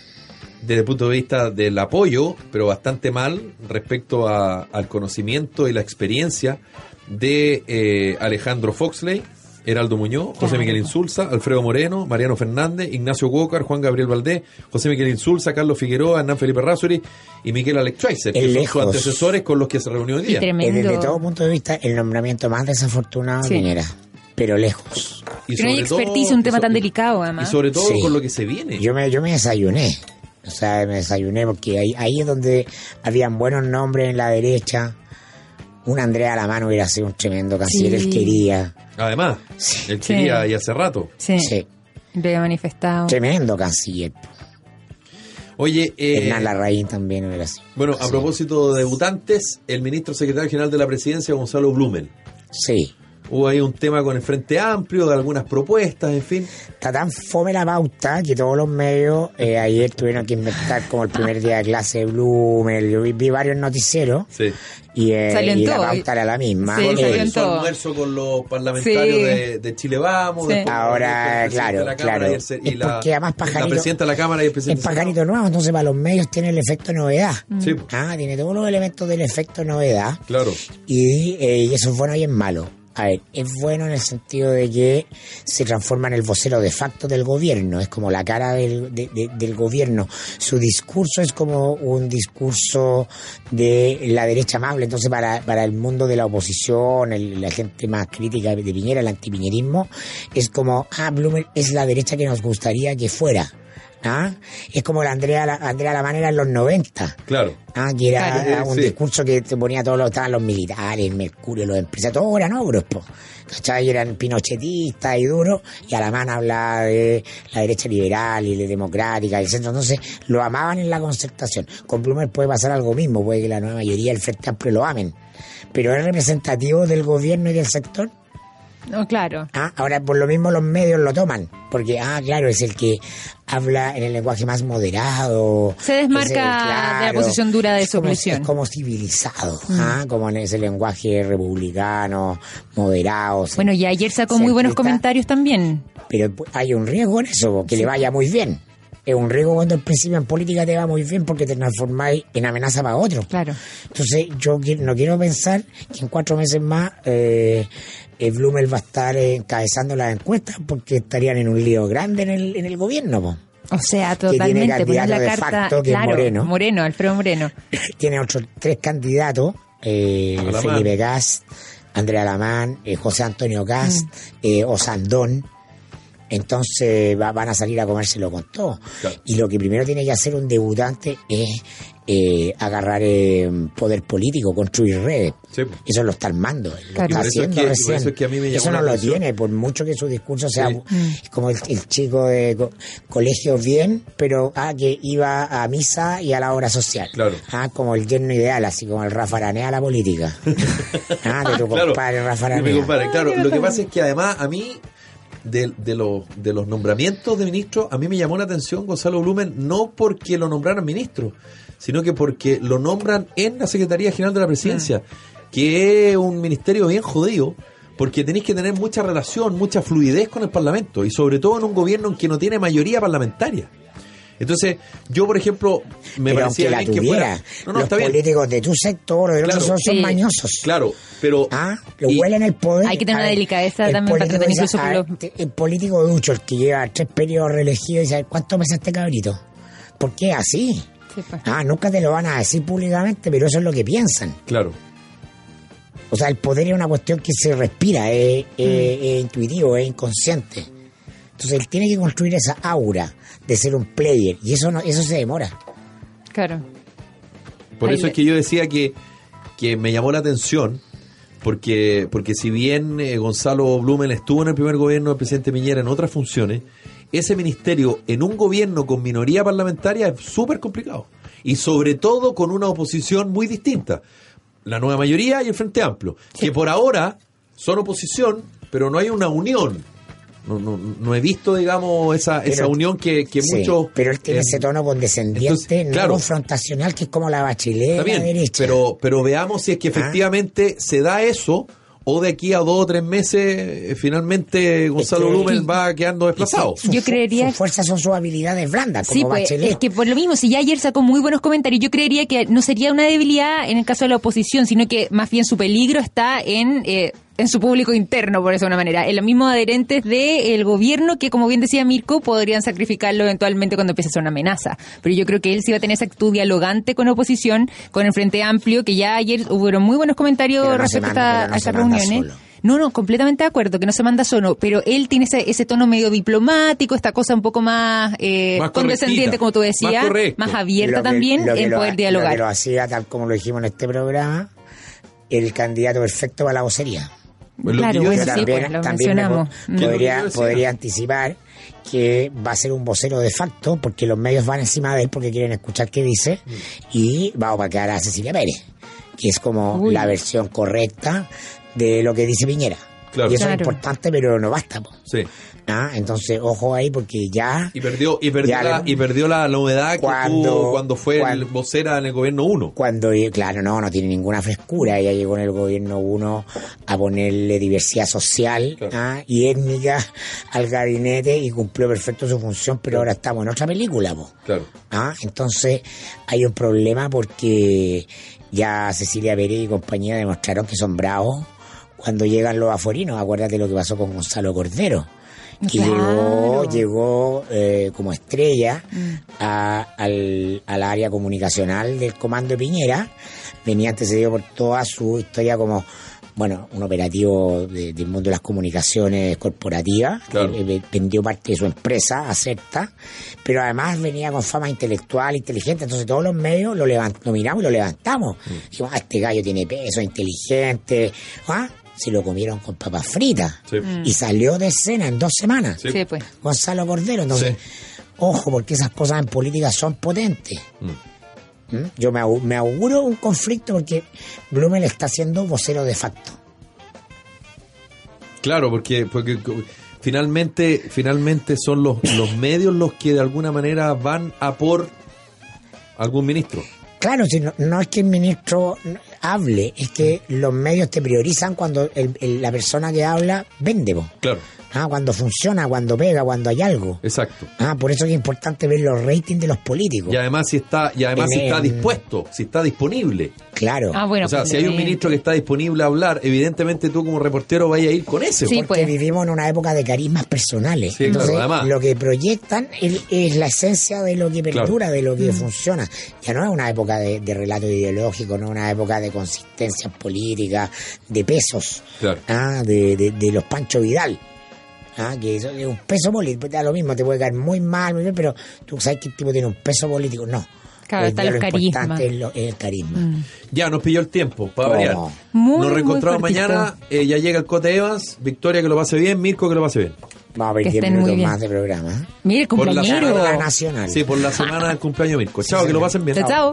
[SPEAKER 1] desde el punto de vista del apoyo, pero bastante mal respecto a- al conocimiento y la experiencia de eh, Alejandro Foxley, Heraldo Muñoz, José Miguel Insulza, Alfredo Moreno, Mariano Fernández, Ignacio Walker, Juan Gabriel Valdés, José Miguel Insulza, Carlos Figueroa, Hernán Felipe Razuri y Miguel Alex Schweitzer,
[SPEAKER 3] El
[SPEAKER 1] que son sus
[SPEAKER 3] lejos.
[SPEAKER 1] antecesores con los que se reunió hoy
[SPEAKER 2] Y
[SPEAKER 1] día.
[SPEAKER 3] Eh, desde todo
[SPEAKER 2] tremendo.
[SPEAKER 3] punto de vista el nombramiento más desafortunado de
[SPEAKER 2] Sí.
[SPEAKER 3] Piñera pero lejos
[SPEAKER 1] Y
[SPEAKER 2] Que no hay
[SPEAKER 1] sobre todo-
[SPEAKER 2] expertise, un tema
[SPEAKER 1] y so-
[SPEAKER 2] tan delicado, ¿eh? además.
[SPEAKER 1] Y sobre todo
[SPEAKER 3] Sí.
[SPEAKER 1] con lo que se viene.
[SPEAKER 3] yo me yo me desayuné o sea me desayuné porque ahí ahí es donde habían buenos nombres en la derecha Un Andrea Alamán hubiera sido un tremendo canciller,
[SPEAKER 2] Sí.
[SPEAKER 3] él quería.
[SPEAKER 1] Además, él quería y hace rato.
[SPEAKER 2] Sí.
[SPEAKER 3] Sí,
[SPEAKER 2] Lo he manifestado.
[SPEAKER 3] tremendo canciller.
[SPEAKER 1] Oye, eh,
[SPEAKER 3] Hernán Larraín también hubiera sido.
[SPEAKER 1] bueno, a
[SPEAKER 3] Sí.
[SPEAKER 1] propósito de debutantes, el ministro secretario general de la presidencia, Gonzalo Blumen.
[SPEAKER 3] Sí.
[SPEAKER 1] Hubo ahí un tema con el Frente Amplio, de algunas propuestas, en fin.
[SPEAKER 3] Está tan fome la pauta que todos los medios eh, ayer tuvieron que inventar como el primer día de clase de Blumel. Yo vi, vi varios noticieros
[SPEAKER 1] Sí.
[SPEAKER 3] y, eh,
[SPEAKER 2] Salió en
[SPEAKER 3] y la
[SPEAKER 2] todo.
[SPEAKER 3] pauta era la misma.
[SPEAKER 2] Sí,
[SPEAKER 3] Eh,
[SPEAKER 2] salió en
[SPEAKER 1] Su
[SPEAKER 2] todo.
[SPEAKER 1] almuerzo con los parlamentarios
[SPEAKER 2] Sí.
[SPEAKER 1] de, de Chile Vamos.
[SPEAKER 2] Sí.
[SPEAKER 1] después
[SPEAKER 3] Ahora,
[SPEAKER 1] con el presidente de la
[SPEAKER 3] claro,
[SPEAKER 1] Cámara
[SPEAKER 3] claro.
[SPEAKER 1] y el se- Y
[SPEAKER 3] Es
[SPEAKER 1] la,
[SPEAKER 3] porque además
[SPEAKER 1] la
[SPEAKER 3] Pajarito-
[SPEAKER 1] presidenta de la Cámara y el
[SPEAKER 3] es
[SPEAKER 1] presidente. del
[SPEAKER 3] pajarito nuevo, entonces para los medios tiene el efecto novedad.
[SPEAKER 1] Senado.
[SPEAKER 2] Mm.
[SPEAKER 1] Sí, pues,
[SPEAKER 3] Ah, tiene todos los elementos del efecto novedad.
[SPEAKER 1] claro.
[SPEAKER 3] Y, eh, y eso es bueno y es malo. A ver, es bueno en el sentido de que se transforma en el vocero de facto del gobierno, es como la cara del, de- de- del gobierno. Su discurso es como un discurso de la derecha amable, entonces para, para el mundo de la oposición, el- la gente más crítica de Piñera, el antipiñerismo, es como, ah, Blumer es la derecha que nos gustaría que fuera. ¿Ah? Es como la Andrea, la, Andrea La Manera en los 90.
[SPEAKER 1] Claro.
[SPEAKER 3] Ah, que era
[SPEAKER 1] Claro.
[SPEAKER 3] era un
[SPEAKER 1] Sí.
[SPEAKER 3] discurso que te ponía todos los, estaban los militares, Mercurio, los empresarios, todos eran obros, po. ¿Cachai? Eran pinochetistas y duros, y a la mano hablaba de la derecha liberal y de democrática y el centro. Entonces, lo amaban en la concertación. Con Plumer puede pasar algo mismo, puede que la nueva mayoría del Frente Amplio lo amen. Pero es representativo del gobierno y del sector.
[SPEAKER 2] No, claro.
[SPEAKER 3] Ah, ahora por lo mismo los medios lo toman, porque, ah, claro, es el que habla en el lenguaje más moderado.
[SPEAKER 2] Se desmarca
[SPEAKER 3] es
[SPEAKER 2] de
[SPEAKER 3] el-
[SPEAKER 2] la posición dura de
[SPEAKER 3] es
[SPEAKER 2] su Mm.
[SPEAKER 3] como-
[SPEAKER 2] opresión.
[SPEAKER 3] Es como civilizado, ah, como en ese lenguaje republicano, moderado. se-
[SPEAKER 2] Bueno, y ayer sacó
[SPEAKER 3] se
[SPEAKER 2] muy buenos
[SPEAKER 3] empieza-
[SPEAKER 2] comentarios también.
[SPEAKER 3] Pero hay un riesgo en eso, que le vaya muy bien. Es un riesgo cuando al principio en política te va muy bien porque te transformáis en amenaza para otro.
[SPEAKER 2] Claro.
[SPEAKER 3] Entonces, yo qui- no quiero pensar que en cuatro meses más eh, eh, Blumel va a estar eh, encabezando las encuestas porque estarían en un lío grande en el, en el gobierno. po.
[SPEAKER 2] O sea,
[SPEAKER 3] tiene
[SPEAKER 2] totalmente. Poner la
[SPEAKER 3] candidato de
[SPEAKER 2] carta.
[SPEAKER 3] facto, que es
[SPEAKER 2] claro,
[SPEAKER 3] Moreno.
[SPEAKER 2] Alfredo Moreno.
[SPEAKER 3] Tiene otros tres candidatos, eh,
[SPEAKER 1] Alamán.
[SPEAKER 3] Felipe Gast, Andrea Alamán, eh, José Antonio Gast, eh, Osandón. Entonces va- van a salir a comérselo con todo.
[SPEAKER 1] Claro.
[SPEAKER 3] Y lo que primero tiene que hacer un debutante es eh, agarrar eh, poder político, construir redes.
[SPEAKER 1] Sí, pues.
[SPEAKER 3] Eso lo está armando, él lo
[SPEAKER 2] Claro. Y
[SPEAKER 3] está
[SPEAKER 2] por
[SPEAKER 1] eso es
[SPEAKER 3] haciendo
[SPEAKER 1] que- y por
[SPEAKER 3] recién.
[SPEAKER 1] eso es que a mí me llamó
[SPEAKER 3] Eso
[SPEAKER 1] la
[SPEAKER 3] no lo
[SPEAKER 1] atención.
[SPEAKER 3] tiene, por mucho que su discurso sea
[SPEAKER 1] Sí.
[SPEAKER 3] es como el, el chico de co- colegio bien, pero ah, que iba a misa y a la obra social.
[SPEAKER 1] Claro.
[SPEAKER 3] Ah, como el yerno ideal, así como el Rafa Aranea a la política. ah, de tu
[SPEAKER 1] Claro.
[SPEAKER 3] compadre Rafa
[SPEAKER 1] De mi
[SPEAKER 3] Aranea.
[SPEAKER 1] compadre, claro. Lo que pasa es que además a mí, de, de los, de los nombramientos de ministros, a mí me llamó la atención Gonzalo Blumen no porque lo nombraran ministro, sino que porque lo nombran en la Secretaría General de la Presidencia, que es un ministerio bien jodido. Porque tenéis que tener mucha relación, mucha fluidez con el Parlamento, y sobre todo en un gobierno en que no tiene mayoría parlamentaria. Entonces, yo, por ejemplo, me
[SPEAKER 3] pero aunque
[SPEAKER 1] parecía
[SPEAKER 3] la
[SPEAKER 1] bien que
[SPEAKER 3] tuviera,
[SPEAKER 1] fuera. No, no,
[SPEAKER 3] los
[SPEAKER 1] está bien.
[SPEAKER 3] políticos de tu sector o de
[SPEAKER 1] Claro.
[SPEAKER 3] otros son, son
[SPEAKER 2] Sí.
[SPEAKER 3] mañosos.
[SPEAKER 1] Claro, pero.
[SPEAKER 3] Ah, lo
[SPEAKER 1] y-
[SPEAKER 3] huelen el poder.
[SPEAKER 2] Hay que tener
[SPEAKER 3] A
[SPEAKER 2] una
[SPEAKER 3] ver,
[SPEAKER 2] delicadeza
[SPEAKER 3] el
[SPEAKER 2] también para
[SPEAKER 3] político
[SPEAKER 2] tratar
[SPEAKER 3] dice,
[SPEAKER 2] incluso
[SPEAKER 3] a
[SPEAKER 2] con
[SPEAKER 3] ver, te- El político ducho, el que lleva tres periodos reelegido, dice, a ver, ¿cuánto pesa este cabrito? ¿Por qué así?
[SPEAKER 2] Sí, pues.
[SPEAKER 3] Ah, nunca te lo van a decir públicamente, pero eso es lo que piensan.
[SPEAKER 1] Claro.
[SPEAKER 3] O sea, el poder es una cuestión que se respira, es, es-
[SPEAKER 2] Mm.
[SPEAKER 3] es intuitivo, es inconsciente. Entonces él tiene que construir esa aura de ser un player y eso no, eso se demora.
[SPEAKER 2] Claro.
[SPEAKER 1] Por
[SPEAKER 2] Ahí
[SPEAKER 1] eso
[SPEAKER 2] le-
[SPEAKER 1] es que yo decía que, que me llamó la atención, porque, porque si bien eh, Gonzalo Blumen estuvo en el primer gobierno del presidente Piñera en otras funciones, ese ministerio en un gobierno con minoría parlamentaria es súper complicado. Y sobre todo con una oposición muy distinta. La nueva mayoría y el Frente Amplio, que por ahora son oposición, pero no hay una unión. No, no, no he visto, digamos, esa, esa unión que, que
[SPEAKER 3] Sí,
[SPEAKER 1] muchos...
[SPEAKER 3] pero él tiene
[SPEAKER 1] eh,
[SPEAKER 3] ese tono condescendiente,
[SPEAKER 1] entonces, claro.
[SPEAKER 3] no confrontacional, que es como la bachiller
[SPEAKER 1] Está bien,
[SPEAKER 3] derecha. ¿Ah?
[SPEAKER 1] pero, pero veamos si es que efectivamente se da eso o de aquí a dos o tres meses eh, finalmente Gonzalo
[SPEAKER 3] que-
[SPEAKER 1] Blumen va quedando desplazado.
[SPEAKER 3] Su-
[SPEAKER 2] Yo
[SPEAKER 3] su-
[SPEAKER 2] creería-
[SPEAKER 3] Sus fuerzas son sus habilidades blandas, como
[SPEAKER 2] Sí, pues,
[SPEAKER 3] Bachelet.
[SPEAKER 2] es que por lo mismo, si ya ayer sacó muy buenos comentarios, yo creería que no sería una debilidad en el caso de la oposición, sino que más bien su peligro está en, eh, en su público interno, por eso de una manera. En los mismos adherentes del gobierno que, como bien decía Mirko, podrían sacrificarlo eventualmente cuando empiece a ser una amenaza. Pero yo creo que él sí va a tener esa actitud dialogante con oposición, con el Frente Amplio, que ya ayer hubo muy buenos comentarios
[SPEAKER 3] Pero no se
[SPEAKER 2] respecto
[SPEAKER 3] manda-
[SPEAKER 2] a,
[SPEAKER 3] pero no
[SPEAKER 2] a
[SPEAKER 3] se
[SPEAKER 2] estas
[SPEAKER 3] manda
[SPEAKER 2] reuniones.
[SPEAKER 3] solo.
[SPEAKER 2] No, no, completamente de acuerdo, que no se manda solo, pero él tiene ese, ese tono medio diplomático, esta cosa un poco más, eh,
[SPEAKER 1] Más correctita,
[SPEAKER 2] condescendiente, como tú
[SPEAKER 1] más
[SPEAKER 2] decías,
[SPEAKER 1] correcto.
[SPEAKER 2] más abierta
[SPEAKER 3] Lo que-
[SPEAKER 2] también
[SPEAKER 3] lo que
[SPEAKER 2] en
[SPEAKER 3] lo-
[SPEAKER 2] poder
[SPEAKER 3] Lo que lo
[SPEAKER 2] dialogar.
[SPEAKER 3] hacía, tal como lo dijimos en este programa, el candidato perfecto para la vocería.
[SPEAKER 1] Pues lo
[SPEAKER 2] Claro,
[SPEAKER 1] que yo
[SPEAKER 3] Yo
[SPEAKER 2] bueno,
[SPEAKER 1] decía-
[SPEAKER 2] sí.
[SPEAKER 3] también,
[SPEAKER 2] pues, lo
[SPEAKER 3] también me
[SPEAKER 2] mencionamos.
[SPEAKER 3] po-
[SPEAKER 1] Mm.
[SPEAKER 3] podría,
[SPEAKER 1] Lo que yo
[SPEAKER 3] podría
[SPEAKER 1] decía.
[SPEAKER 3] anticipar que va a ser un vocero de facto, porque los medios van encima de él porque quieren escuchar qué dice, y va a opacar a Cecilia Pérez, que es como
[SPEAKER 2] Uy.
[SPEAKER 3] la versión correcta de lo que dice Piñera.
[SPEAKER 1] Claro.
[SPEAKER 3] Y eso es
[SPEAKER 2] Claro.
[SPEAKER 3] importante, pero no basta. po.
[SPEAKER 1] Sí.
[SPEAKER 3] Ah, Entonces, ojo ahí, porque ya...
[SPEAKER 1] Y perdió, y perdió,
[SPEAKER 3] Ya,
[SPEAKER 1] la,
[SPEAKER 3] le-
[SPEAKER 1] y perdió la novedad
[SPEAKER 3] Cuando-
[SPEAKER 1] que tuvo cuando fue el
[SPEAKER 3] cuando-
[SPEAKER 1] vocera en el gobierno 1.
[SPEAKER 3] Cuando, eh, claro, no, no tiene ninguna frescura. Ella llegó en el gobierno uno a ponerle diversidad social
[SPEAKER 1] Claro.
[SPEAKER 3] ah, y étnica al gabinete y cumplió perfecto su función, pero ahora estamos en otra película, po.
[SPEAKER 1] Claro.
[SPEAKER 3] Ah, entonces hay un problema porque ya Cecilia Pérez y compañía demostraron que son bravos cuando llegan los aforinos. Acuérdate lo que pasó con Gonzalo Cordero, que
[SPEAKER 2] Claro.
[SPEAKER 3] llegó, llegó eh, como estrella a- al, al área comunicacional del comando de Piñera. Venía antecedido por toda su historia como, bueno, un operativo de- del mundo de las comunicaciones corporativas.
[SPEAKER 1] Claro.
[SPEAKER 3] Eh, ve- vendió parte de su empresa a Certa, pero además venía con fama intelectual, inteligente, entonces todos los medios lo, levant- lo miramos y lo levantamos.
[SPEAKER 1] Mm.
[SPEAKER 3] Dijimos, ah, este gallo tiene peso, inteligente, ah, se lo comieron con papas fritas.
[SPEAKER 1] Sí.
[SPEAKER 3] Y salió de escena en dos semanas.
[SPEAKER 1] Sí.
[SPEAKER 2] Sí, pues.
[SPEAKER 3] Gonzalo Cordero, entonces, ojo, porque esas cosas en política son potentes.
[SPEAKER 1] Mm.
[SPEAKER 3] ¿Mm? Yo me, au- me auguro un conflicto porque Blumel está siendo vocero de facto.
[SPEAKER 1] Claro, porque, porque finalmente, finalmente son los, los medios los que de alguna manera van a por algún ministro.
[SPEAKER 3] Claro, si no, no es que el ministro hable, es que los medios te priorizan cuando el- el- la persona que habla vende, po.
[SPEAKER 1] Claro,
[SPEAKER 3] Ah, cuando funciona, cuando pega, cuando hay algo.
[SPEAKER 1] exacto.
[SPEAKER 3] Ah, por eso es importante ver los ratings de los políticos.
[SPEAKER 1] Y además si está, y además si
[SPEAKER 3] En-
[SPEAKER 1] está
[SPEAKER 3] en-
[SPEAKER 1] dispuesto, si está disponible.
[SPEAKER 3] Claro.
[SPEAKER 2] Ah, bueno.
[SPEAKER 1] o sea,
[SPEAKER 2] pues,
[SPEAKER 1] si hay un
[SPEAKER 2] bien.
[SPEAKER 1] ministro que está disponible a hablar, evidentemente tú como reportero vaya a ir con ese.
[SPEAKER 2] Sí,
[SPEAKER 1] po.
[SPEAKER 3] porque
[SPEAKER 2] pues.
[SPEAKER 3] vivimos en una época de carismas personales.
[SPEAKER 1] Sí,
[SPEAKER 3] Entonces,
[SPEAKER 1] claro, además.
[SPEAKER 3] lo que proyectan es, es la esencia de lo que
[SPEAKER 1] Claro.
[SPEAKER 3] perdura, de lo que
[SPEAKER 2] Mm.
[SPEAKER 3] funciona. Ya no es una época de, de relato ideológico, no es una época de consistencias políticas, de pesos,
[SPEAKER 1] Claro.
[SPEAKER 3] ah, de, de- de los Pancho Vidal. Ah, que eso es un peso político, da lo mismo, te puede caer muy mal, muy bien, pero tú sabes que el tipo tiene un peso político. No.
[SPEAKER 2] Claro,
[SPEAKER 3] Hoy
[SPEAKER 2] está
[SPEAKER 3] día
[SPEAKER 2] el
[SPEAKER 3] lo
[SPEAKER 2] carisma. Mm.
[SPEAKER 3] importante es, lo- es el carisma.
[SPEAKER 1] Ya nos pilló el tiempo, para
[SPEAKER 3] ¿Cómo?
[SPEAKER 1] variar.
[SPEAKER 2] Muy,
[SPEAKER 1] nos
[SPEAKER 2] muy
[SPEAKER 1] reencontramos
[SPEAKER 2] cortito.
[SPEAKER 1] mañana, eh, ya llega el Cote Evans, Victoria que lo pase bien, Mirko que lo pase bien.
[SPEAKER 3] Vamos a ver
[SPEAKER 2] Que
[SPEAKER 3] 10
[SPEAKER 2] estén muy
[SPEAKER 3] minutos
[SPEAKER 2] bien.
[SPEAKER 3] más de programa. ¿eh?
[SPEAKER 2] Mire,
[SPEAKER 1] Por la
[SPEAKER 2] cumpleañero.
[SPEAKER 1] semana
[SPEAKER 3] Nacional.
[SPEAKER 1] Sí, por la semana del cumpleaños de Mirko. Chao, que lo pasen bien.
[SPEAKER 2] Chao, chao.